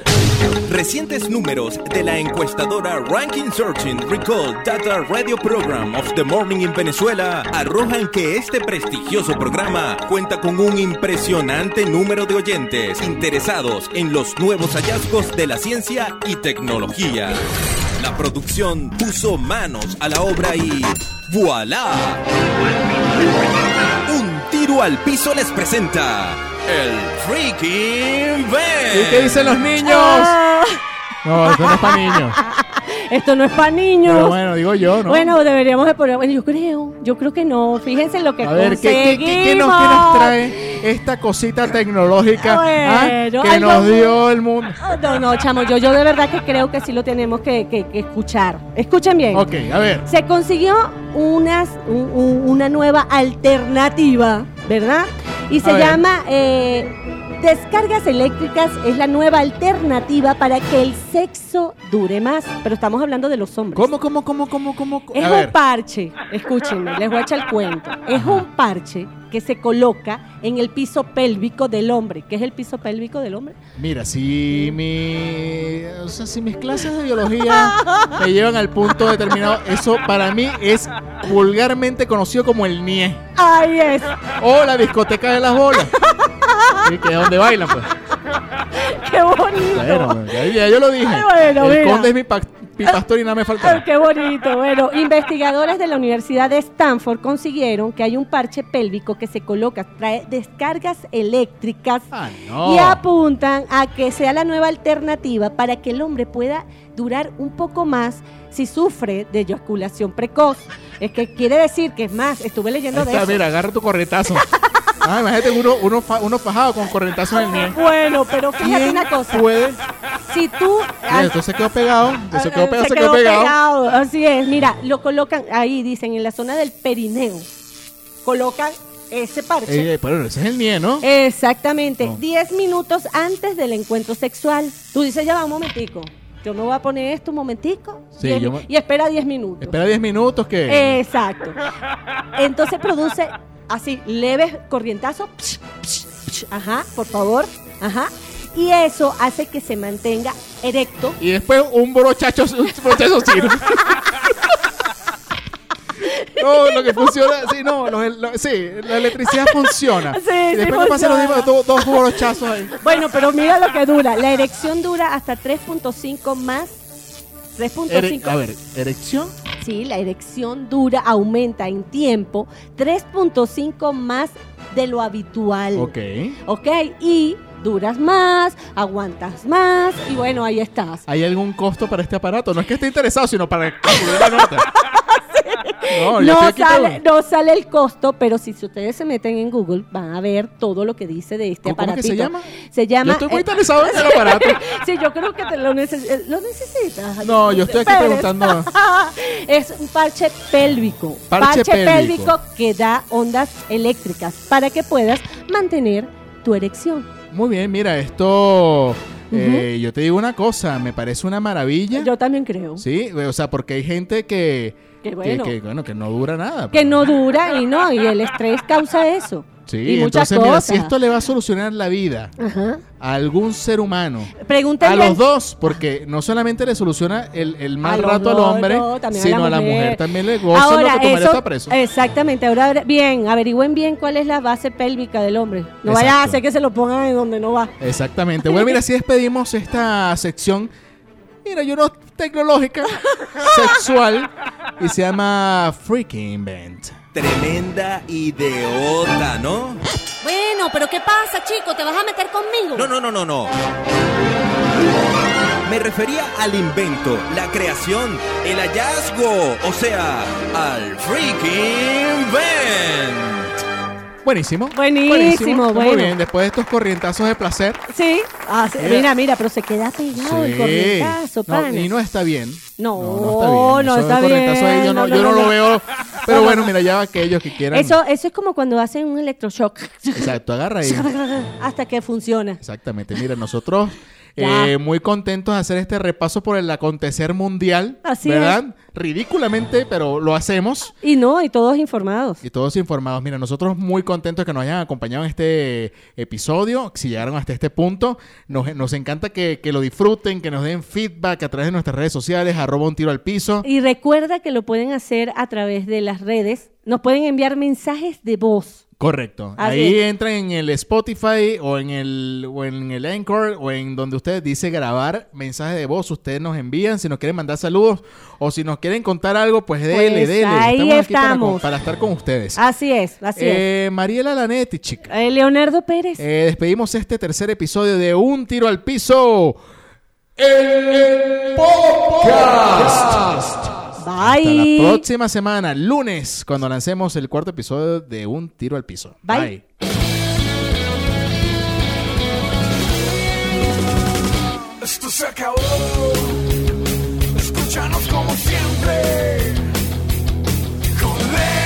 Speaker 5: Recientes números de la encuestadora Ranking Searching Recall Data Radio Program of the Morning in Venezuela arrojan que este prestigioso programa cuenta con un impresionante número de oyentes interesados en los nuevos hallazgos de la ciencia y tecnología. La producción puso manos a la obra y ¡voilà! Un tiro al piso les presenta el Freaking
Speaker 1: ¿Y qué dicen los niños?
Speaker 2: Ah,
Speaker 1: No, esto no es para niños.
Speaker 2: esto no es para niños.
Speaker 1: Pero bueno, digo yo, ¿no?
Speaker 2: Bueno, deberíamos de poner. Bueno, yo creo, yo creo que no. Fíjense en lo que
Speaker 1: a ver, ¿qué, qué- qué- qué nos, qué nos
Speaker 2: conseguimos.
Speaker 1: trae esta cosita tecnológica ah,
Speaker 2: Bueno,
Speaker 1: que
Speaker 2: algo
Speaker 1: nos
Speaker 2: muy-
Speaker 1: dio el mundo?
Speaker 2: Oh, No, no, chamo, yo, yo de verdad que creo que sí lo tenemos que, que- que escuchar. Escuchen bien.
Speaker 1: Ok, a ver.
Speaker 2: Se consiguió unas, un- un- una nueva alternativa, ¿verdad? Y se
Speaker 1: ver.
Speaker 2: llama eh, Descargas eléctricas es la nueva alternativa para que el sexo dure más. Pero estamos hablando de los hombres.
Speaker 1: ¿Cómo, cómo, cómo, cómo, cómo?
Speaker 2: Es
Speaker 1: a
Speaker 2: un
Speaker 1: ver.
Speaker 2: parche, escúchenme, les voy a echar el cuento. Es un parche que se coloca en el piso pélvico del hombre. ¿Qué es el piso pélvico del hombre?
Speaker 1: Mira, si mi, o sea, si mis clases de biología me llevan al punto determinado, eso para mí es vulgarmente conocido como el nie
Speaker 2: Ahí es.
Speaker 1: o la discoteca de las bolas. Y que es donde bailan, pues.
Speaker 2: ¡Qué bonito!
Speaker 1: Bueno, ya, ya yo lo dije.
Speaker 2: Ay, bueno,
Speaker 1: el
Speaker 2: mira.
Speaker 1: conde es mi pa- Pipi Pastor y nada me
Speaker 2: Ay,
Speaker 1: faltó.
Speaker 2: qué bonito. Bueno, investigadores de la Universidad de Stanford consiguieron que hay un parche pélvico que se coloca, trae descargas eléctricas
Speaker 1: Ah, no.
Speaker 2: y pues, apuntan a que sea la nueva alternativa para que el hombre pueda durar un poco más si sufre de eyaculación precoz. Es que quiere decir que es más, estuve leyendo
Speaker 1: Ahí
Speaker 2: de
Speaker 1: está,
Speaker 2: eso.
Speaker 1: mira, agarra tu corretazo. Ah, imagínate uno, uno, fa- uno fajado con corretazo en el nieve.
Speaker 2: Bueno, pero fíjate
Speaker 1: ¿Quién
Speaker 2: una cosa.
Speaker 1: puede?
Speaker 2: Si tú
Speaker 1: Mira, esto se quedó pegado.
Speaker 2: Ah,
Speaker 1: Se quedó pegado, se
Speaker 2: se
Speaker 1: quedó
Speaker 2: quedó
Speaker 1: pegado.
Speaker 2: pegado, Así es, mira, lo colocan ahí, dicen, en la zona del perineo. Colocan ese parche.
Speaker 1: Eh, pero ese es el nie,
Speaker 2: Eh.
Speaker 1: ¿no?
Speaker 2: Exactamente,
Speaker 1: No.
Speaker 2: 10 minutos antes del encuentro sexual. Tú dices, ya va un momentico. Yo me voy a poner esto un momentico.
Speaker 1: Sí,
Speaker 2: diez
Speaker 1: yo
Speaker 2: mi-
Speaker 1: me-
Speaker 2: Y espera 10 minutos.
Speaker 1: Espera 10 minutos que.
Speaker 2: Exacto. Entonces produce así, leves corrientazos. Psh, psh, psh. Ajá, por favor. Ajá. Y eso hace que se mantenga erecto
Speaker 1: Y después un brochacho, un brochazo chino. No, lo que funciona, sí, no, los- lo- sí, la electricidad funciona.
Speaker 2: Sí,
Speaker 1: y
Speaker 2: sí
Speaker 1: después que pasan los
Speaker 2: funciona.
Speaker 1: mismos- dos, dos brochazos ahí.
Speaker 2: Bueno, pero mira lo que dura. La erección dura hasta 3.5 más.
Speaker 1: Ere- a
Speaker 2: 3.5.
Speaker 1: ver, erección.
Speaker 2: Sí, la erección dura aumenta en tiempo 3.5 más de lo habitual.
Speaker 1: Ok.
Speaker 2: Ok, y duras más, aguantas más y bueno, ahí estás.
Speaker 1: ¿Hay algún costo para este aparato? No es que esté interesado, sino para calcular la nota. No, yo estoy
Speaker 2: No
Speaker 1: aquí todo-
Speaker 2: sale, no sale el costo, pero si ustedes se meten en Google van a ver todo lo que dice de este
Speaker 1: ¿Cómo- cómo es que
Speaker 2: aparatito.
Speaker 1: se llama?
Speaker 2: Se
Speaker 1: Yo
Speaker 2: llama
Speaker 1: estoy muy
Speaker 2: eh,
Speaker 1: interesado en el aparato.
Speaker 2: Sí, yo creo que te lo, neces- eh, lo necesitas.
Speaker 1: No, yo estoy aquí
Speaker 2: Pérez.
Speaker 1: preguntando.
Speaker 2: es un parche pélvico.
Speaker 1: Parche
Speaker 2: Parche,
Speaker 1: pélvico.
Speaker 2: pélvico. que da ondas eléctricas para que puedas mantener tu erección.
Speaker 1: Muy bien, mira, esto. eh, yo te digo una cosa, me parece una maravilla.
Speaker 2: Yo también creo.
Speaker 1: Sí, o sea, porque hay gente que.
Speaker 2: Qué
Speaker 1: que-
Speaker 2: bueno.
Speaker 1: Que, bueno, que no dura nada.
Speaker 2: Que
Speaker 1: pues.
Speaker 2: no dura y no, y el estrés causa eso.
Speaker 1: Sí,
Speaker 2: y muchas
Speaker 1: entonces, mira,
Speaker 2: cosas.
Speaker 1: si esto le va a solucionar la vida
Speaker 2: Ajá.
Speaker 1: a algún ser humano.
Speaker 2: Pregúntale
Speaker 1: A los dos, porque no solamente le soluciona el, el mal
Speaker 2: A los
Speaker 1: rato al
Speaker 2: dos,
Speaker 1: hombre,
Speaker 2: no, también
Speaker 1: sino a la mujer. también le goza lo que tu marido
Speaker 2: eso-
Speaker 1: está preso.
Speaker 2: Exactamente. Ahora, abre- bien, averigüen bien cuál es la base pélvica del hombre. No vaya a
Speaker 1: Exacto.
Speaker 2: hacer que se lo pongan en donde no va.
Speaker 1: Exactamente. Bueno, mira, si despedimos esta sección, mira, yo no tecnológica, sexual, y se llama Freaky Invent.
Speaker 5: Tremenda idiota, ¿no?
Speaker 4: Bueno, pero ¿qué pasa, chico? ¿Te vas a meter conmigo?
Speaker 5: No, no, no, no, no. Me refería al invento, la creación, el hallazgo, o sea, al freaking invent.
Speaker 1: Buenísimo.
Speaker 2: Buenísimo,
Speaker 1: Muy
Speaker 2: bueno.
Speaker 1: bien, después de estos corrientazos de placer.
Speaker 2: Sí. Ah, sí.
Speaker 1: Mira.
Speaker 2: Mira, mira, pero se queda pegado el
Speaker 1: Sí.
Speaker 2: corrientazo,
Speaker 1: No,
Speaker 2: pana.
Speaker 1: y no está bien.
Speaker 2: No, no
Speaker 1: Eso de
Speaker 2: está
Speaker 1: corrientazo ahí, yo
Speaker 2: bien.
Speaker 1: no,
Speaker 2: No,
Speaker 1: yo
Speaker 2: no,
Speaker 1: no
Speaker 2: no,
Speaker 1: lo
Speaker 2: no.
Speaker 1: veo. Pero bueno, mira, ya aquellos que quieran.
Speaker 2: Eso, eso es como cuando hacen un electroshock.
Speaker 1: Exacto, agarra ahí.
Speaker 2: Hasta que funciona.
Speaker 1: Exactamente. Mira, nosotros
Speaker 2: Ya.
Speaker 1: eh, muy contentos de hacer este repaso por el acontecer mundial.
Speaker 2: Así
Speaker 1: ¿Verdad? Ridículamente, pero lo hacemos.
Speaker 2: Y no, y todos informados.
Speaker 1: Y todos informados. Mira, nosotros muy contentos que nos hayan acompañado en este episodio. Si llegaron hasta este punto, nos, nos encanta que, que lo disfruten, que nos den feedback a través de nuestras redes sociales, arroba un tiro al piso.
Speaker 2: Y recuerda que lo pueden hacer a través de las redes. Nos pueden enviar mensajes de voz.
Speaker 1: Correcto.
Speaker 2: Así
Speaker 1: Ahí
Speaker 2: es.
Speaker 1: entran en el Spotify o en el, o en el Anchor o en donde ustedes dice grabar mensajes de voz. Ustedes nos envían si nos quieren mandar saludos o si nos quieren contar algo, pues dele,
Speaker 2: Pues
Speaker 1: dele.
Speaker 2: ahí
Speaker 1: aquí para con-
Speaker 2: estamos.
Speaker 1: Para, estar con ustedes.
Speaker 2: Así es, así
Speaker 1: Eh, Mariela Lanetti, chica.
Speaker 2: es. Eh, Leonardo Pérez.
Speaker 1: Eh, despedimos este tercer episodio de Un Tiro al Piso. Hasta la
Speaker 2: Bye.
Speaker 1: próxima semana, lunes, cuando lancemos el cuarto episodio de Un Tiro al Piso.
Speaker 2: Bye.
Speaker 6: Esto se acabó. Escúchanos como siempre. Con